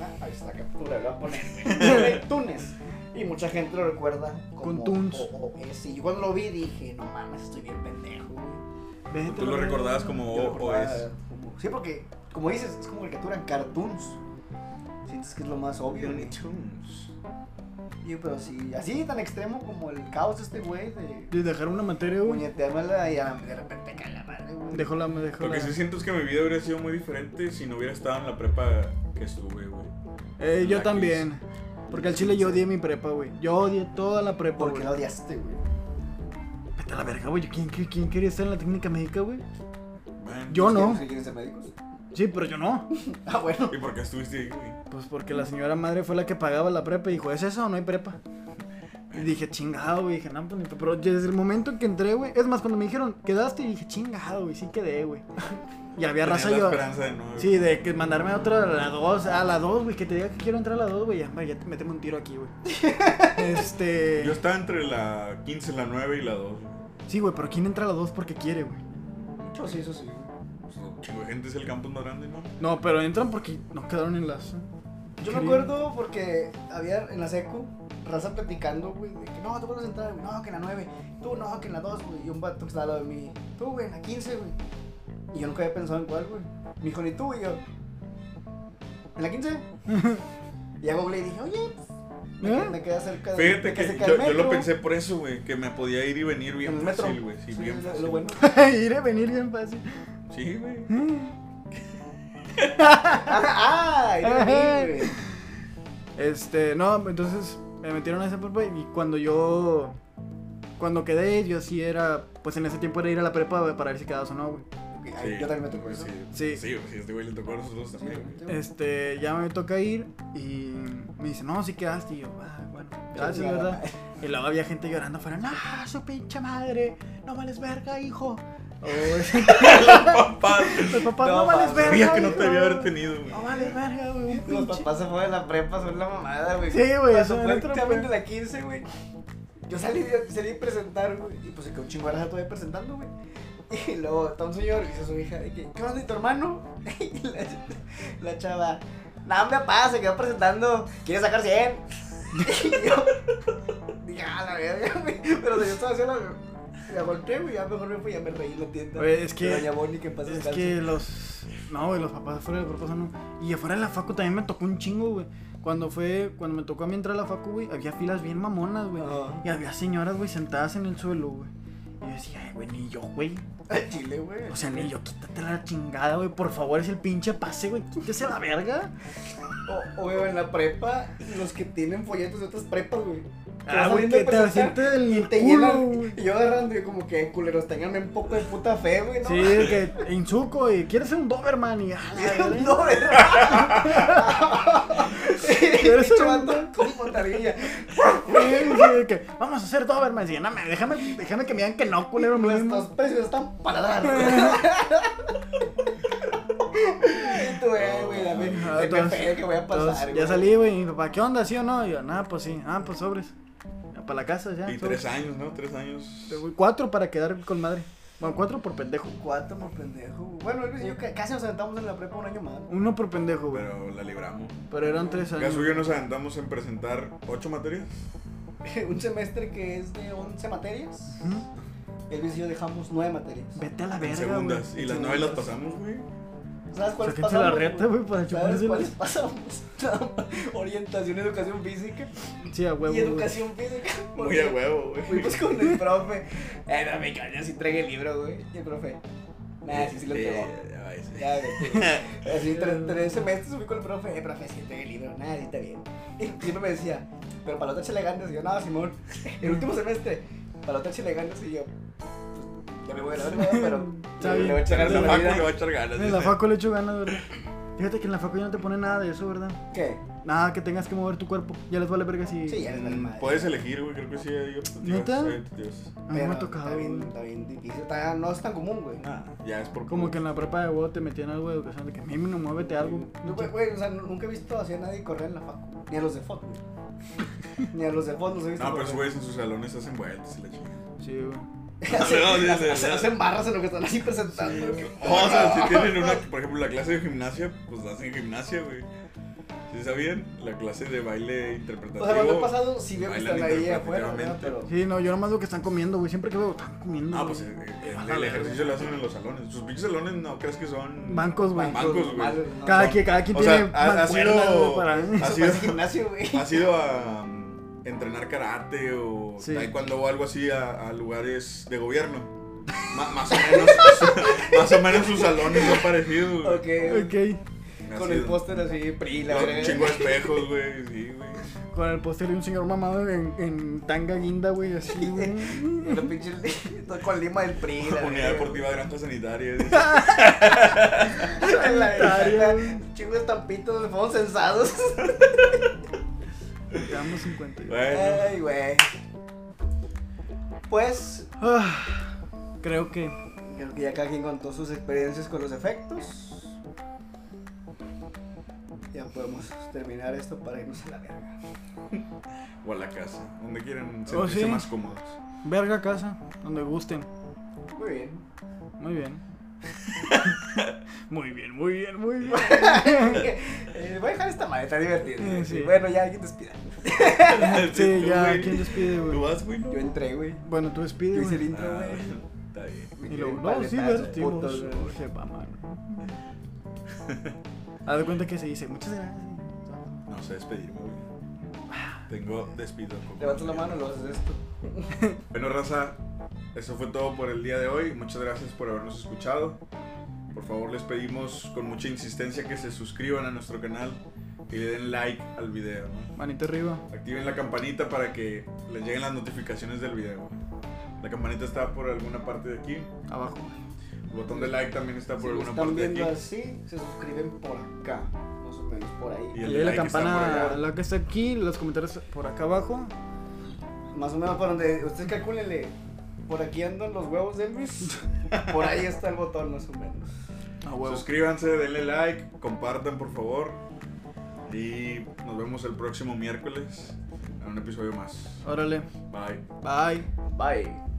E: Ah, ahí está, captura, lo voy a poner. güey. Lunay Tunes. Y mucha gente lo recuerda como
D: Con Tunes.
C: O-O-S. Y yo cuando lo vi dije, no mames, estoy bien pendejo, güey.
D: vete
B: Tú lo
D: a la verga.
B: recordabas como
E: Yo lo
B: O-O-S.
E: recordaba como-
C: Sí, porque, como dices, es como caricatura, cartoons. Sientes que es lo más obvio. güey. Sí, pero sí, así tan extremo como el caos de este güey de
D: De dejar una materia, güey.
C: puñeteármela y a- de repente cae la madre, güey.
D: Dejó la. Dejó
B: Lo
D: la...
B: que sí siento es que mi vida hubiera sido muy diferente si no hubiera estado en la prepa que estuve, güey.
D: Eh, yo
B: La
D: también. Porque al chile yo odié mi prepa, güey. Yo odié toda la prepa,
C: ¿Por
D: güey.
C: qué la odiaste, güey?
D: Vete a la verga, güey. ¿Quién, quién, quién quería estar en la técnica médica, güey?
B: Bueno,
D: Yo no.
C: ¿Sí quieren ser médicos?
D: Sí, pero yo no.
C: Ah, bueno.
B: ¿Y por qué estuviste ahí, güey?
D: Pues porque la señora madre fue la que pagaba la prepa y dijo, ¿es eso o no hay prepa? Y dije, chingado, güey. Dije, no, pues ni pe-". Pero desde el momento que entré, güey. Es más, cuando me dijeron, ¿quedaste? Y dije, chingado, güey. Sí quedé, güey. Y había raza
B: Tenía la
D: yo.
B: esperanza de no.
D: Sí, de que mandarme a otra, a la 2, a la 2, güey, que te diga que quiero entrar a la 2, güey, ya, hombre, ya te meteme un tiro aquí, güey. Este...
B: Yo estaba entre la 15, la 9 y la 2. güey.
D: Sí, güey, pero ¿quién entra a la 2 porque quiere, güey?
C: Mucho sí, eso sí.
B: Pues, un chingo de gente es el campus más grande, ¿no?
D: No, pero entran porque no quedaron en las...
C: Yo me acuerdo porque había en la secu raza platicando, güey, de que no, tú vuelves a entrar, güey, no, que en la 9, tú no, que en la 2, güey, y un vato que estaba al lado de mí, tú, güey, en la 15, güey. Y yo nunca había pensado en cuál, güey. Me dijo, ni tú, y yo, ¿en la 15? y a Google le dije, oye, pues, me,
D: ¿Eh?
C: qued- me quedé cerca de.
B: Fíjate
C: me quedé
B: que
C: cerca
B: yo,
C: del
B: yo lo
C: metro.
B: pensé por eso, güey, que me podía ir y venir
C: En
B: bien
C: el metro.
B: fácil, güey. Sí,
C: Sí,
B: bien
C: es lo-
B: fácil.
C: lo bueno. ¿Mm?
D: Ir y venir bien fácil.
B: Sí, güey.
C: ah, era ahí, güey.
D: Este, no, entonces me metieron a esa prepa y cuando yo... Cuando quedé, yo sí era... Pues en ese tiempo era ir a la prepa güey, para ver si quedabas o no, güey.
C: Ok,
B: Sí,
C: ahí, Yo también me tocó eso.
D: Sí.
B: Sí, sí, güey, sí, este güey le tocó a nosotros también, güey.
C: Sí,
D: Este, ya me toca ir y me dice, no, sí quedaste. Y yo, ah, bueno, gracias,
C: Chingada
D: ¿verdad? Y luego había gente llorando afuera, no, su pinche madre, no vales verga, hijo. O ese-
B: Papá,
D: los papás, no,
C: No,
D: vales
C: mames.
D: verga.
B: sabía que no te
D: hijo,
B: debía haber tenido, güey.
D: No vales verga, güey. un
C: Los
D: pinche-
C: papás se fueron de la prepa, son la mamada, güey.
D: Sí, güey,
C: Pasó
D: son
C: prácticamente
D: otro,
C: la 15, güey. Yo salí, salí a presentar, güey. Y pues se quedó un chingo de raza todavía presentando, güey. Y luego está un señor y dice a su hija, de que, ¿qué onda y tu hermano? Y la, la chava, no, me papá, se quedó presentando, quiere sacar 100. Y yo, dije, "Ah, la verga, güey. Pero yo estaba haciendo, la golpeé, güey, ya mejor me fui, ya me reí en la tienda.
D: Güey, es que-
C: Doña Bonnie, que pasa
D: Es que los. No, güey, los papás afuera de la prepa son un- Y afuera de la facu también me tocó un chingo, güey. Cuando fue, cuando me tocó a mí entrar a la facu, güey, había filas bien mamonas, güey. Y había señoras, güey, sentadas en el suelo, güey. Y yo decía, "Ay, güey, ni yo, güey.
C: Chile, güey.
D: O sea, ni yo, quítate la chingada, güey. Por favor, es el pinche pase, güey. Quítese la verga.
C: O, o veo en la prepa, los que tienen folletos de otras prepas, güey.
D: Ah,
C: vas
D: güey,
C: saliendo
D: que
C: a
D: te
C: presentar
D: sientes del
C: Y te
D: culo,
C: llenan.
D: güey.
C: Y yo agarrando, y como que culeros, tengan un poco de puta fe, güey, ¿no?
D: Sí, que insuco y quieres ser un Doberman y. ah, la verga.
C: no, ¿verdad?
D: Pero eso
C: Pinche
D: no-
C: vato como tarilla.
D: Sí, que, Vamos a hacer Doberman. Sí, no, me- déjame, déjame que me digan que no, culero, mínimo.
C: Nuestros precios están para dar. Y tú, eh, güey, dame,
D: Ah,
C: dame
D: entonces-
C: fe que voy a pasar,
D: Entonces,
C: güey.
D: ya salí, güey. Y mi papá, ¿qué onda? ¿Sí o no? Y yo, nada, pues sí. Ah, pues sobres. Para la casa ya.
B: Y
D: sobres.
B: tres años, ¿no? Tres años.
D: Cuatro para quedar con madre. Bueno, cuatro por pendejo.
C: Cuatro por pendejo. güey. Bueno, Luis y yo ca- casi nos aventamos en la prepa un año más. güey.
D: Uno por pendejo, güey.
B: Pero la libramos.
D: Pero eran tres años.
B: Gasu y yo nos aventamos en presentar ocho materias.
C: un semestre que es de 11 materias.
D: Ujú.
C: El Luis y yo dejamos 9 materias.
D: Vete a la
B: En
D: verga,
B: segundas.
D: güey.
B: Y las nueve las pasamos, güey.
C: ¿Sabes cuáles
D: Sáquense la
C: pasamos?
D: reta, güey, para
C: ¿Sabes
D: chuparse
C: cuáles pasamos? Orientación, educación física.
D: Sí, a huevo.
C: y
D: güey.
C: educación física.
B: Muy a huevo, güey.
C: Fuimos con el profe. Eh, no me caña, si trae el libro, güey. Y el profe. Nah, sí, sí lo
B: Eh,
C: tengo.
B: ya va ese.
C: Ya, güey. Así, tres, tres semestres fui con el profe. Eh, profe, sí, trae el libro. Nada, sí, está bien. Y siempre me decía, pero para la otra échale ganas. Y yo, no, Simón. El último semestre, para la otra échale ganas. Y yo, pues, ya me voy a la verga, pero.
D: Está
C: le
D: bien.
C: voy a echar
B: En
C: ganas a
B: la
C: la
B: facu le
C: vida.
B: va a echar ganas.
D: En la
B: dice.
D: facu le echo ganas, ¿verdad? Fíjate que en la facu ya no te pone nada de eso, ¿verdad?
C: ¿Qué?
D: Nada que tengas que mover tu cuerpo. Ya les vale verga si.
C: Sí, ya les vale
B: Mm,
C: madre.
B: Puedes elegir, güey. Creo que sí pues, hay optativas,
D: ¿Neta?
B: hay optativas.
D: A mí me
C: Pero
D: ha tocado.
C: Está bien,
D: güey.
C: está bien difícil. está- no es tan común, güey.
D: Ah,
B: Ah, Ya es por
D: Como que en la prepa de huevo te metían algo de educación. De que a mí no muévete algo.
C: Yo, güey, güey, o sea, nunca he visto así a nadie correr en la facu. Ni a los de fot, güey. Ni a los de fot los he visto.
B: No, pero esos
C: correr.
B: güeyes en sus salones hacen vueltas y la chingada.
D: Sí, güey.
C: Hacen-
B: No, sí, sí,
C: hacen-
B: sí.
C: Hacen barras en lo que están así presentando. güey.
B: O sea, si tienen una, por ejemplo, la clase de gimnasia, pues hacen gimnasia, güey. ¿Sí sabían? La clase de baile interpretativo.
C: O sea, cuando he pasado, sí veo que
B: Bailan
C: están ahí afuera, ¿verdad?
B: interpretativamente.
C: Pero.
D: Sí, no, yo nomás lo que están comiendo, güey. Siempre que veo, están comiendo.
B: Ah,
D: güey.
B: pues eh, eh, el,
D: Ajá, güey.
B: ejercicio lo hacen en los salones. Sus pinches salones no crees que son.
D: Bancos, güey.
B: Bancos, güey.
C: Malos, ¿no?
D: Cada
B: son-
D: quien, cada quien
B: o sea,
D: tiene.
B: ha- ha sido-
D: mancuernas, güey, para-
B: ha
C: Eso
B: sido-
C: parece gimnasio, güey.
B: ¿Has ido a mm, entrenar karate o
D: Sí.
B: taekwondo o algo así a, a lugares de gobierno? Ma- más o menos. más o menos sus salones son parecidos, güey.
C: Ok.
D: Ok.
B: Ha
C: Con el
B: sido.
C: póster así, PRI, la
B: No,
C: verga.
B: un chingo de espejos, güey. Sí, güey.
D: Con el póster de un señor mamado en, en tanga guinda, güey, así, güey.
C: Los pinches. Con lima del PRI, la
B: Unidad
C: verga.
B: deportiva de granjas sanitarias.
C: La
D: Sanitaria,
C: verga. Chingo de estampitos, fuimos censados.
D: Te damos 50. güey.
B: Bueno,
C: Ay, güey. Pues,
D: Ah, creo que.
C: creo que ya cada quien contó sus experiencias con los efectos. Ya podemos terminar esto para irnos a la verga.
B: o a la casa. Donde quieran sentirse
D: Oh, sí.
B: más cómodos.
D: Verga casa, donde gusten.
C: Muy bien.
D: Muy bien. muy bien, muy bien, muy bien.
C: Eh, voy a dejar esta maleta divertida.
D: Sí, sí.
C: Bueno, ya alguien despida.
D: Sí,
B: Tú,
D: ya,
B: güey.
D: ¿quién despide,
B: ¿Tú
D: güey?
B: vas, güey? no?
C: Yo entré, güey.
D: Bueno, tú despide,
C: Yo hice el
D: güey.
C: intro,
B: Ah,
C: güey.
B: Está bien.
C: Me
D: Y
C: quedé
D: luego,
C: en
D: no, sí,
C: paletazo,
D: vertimos.
C: putos, güey.
D: Se va, man. Haz de cuenta que se dice, muchas gracias.
B: No sé despedirme, güey. Tengo despido. con-
C: Levanta Ah. la mano y lo haces esto.
B: Bueno, raza, eso fue todo por el día de hoy. Muchas gracias por habernos escuchado. Por favor, les pedimos con mucha insistencia que se suscriban a nuestro canal y le den like al video. ¿no?
D: Manito arriba.
B: Activen la campanita para que les lleguen las notificaciones del video. La campanita está por alguna parte de aquí.
D: Abajo.
B: El botón de like también está por
C: Si lo
B: alguna
C: están
B: parte de aquí.
C: viendo así, se suscriben por acá. Más o menos por ahí.
B: Y
D: Y
B: el
D: la
B: like está por
D: campana,
B: allá.
D: la que está aquí, los comentarios por acá abajo.
C: Más o menos por donde. Ustedes calcúlenle. Por aquí andan los huevos de Luis. Por ahí está el botón, más o menos.
D: A huevo.
B: Suscríbanse, denle like, compartan por favor. Y nos vemos el próximo miércoles en un episodio más.
D: Órale.
B: Bye.
D: Bye.
C: Bye.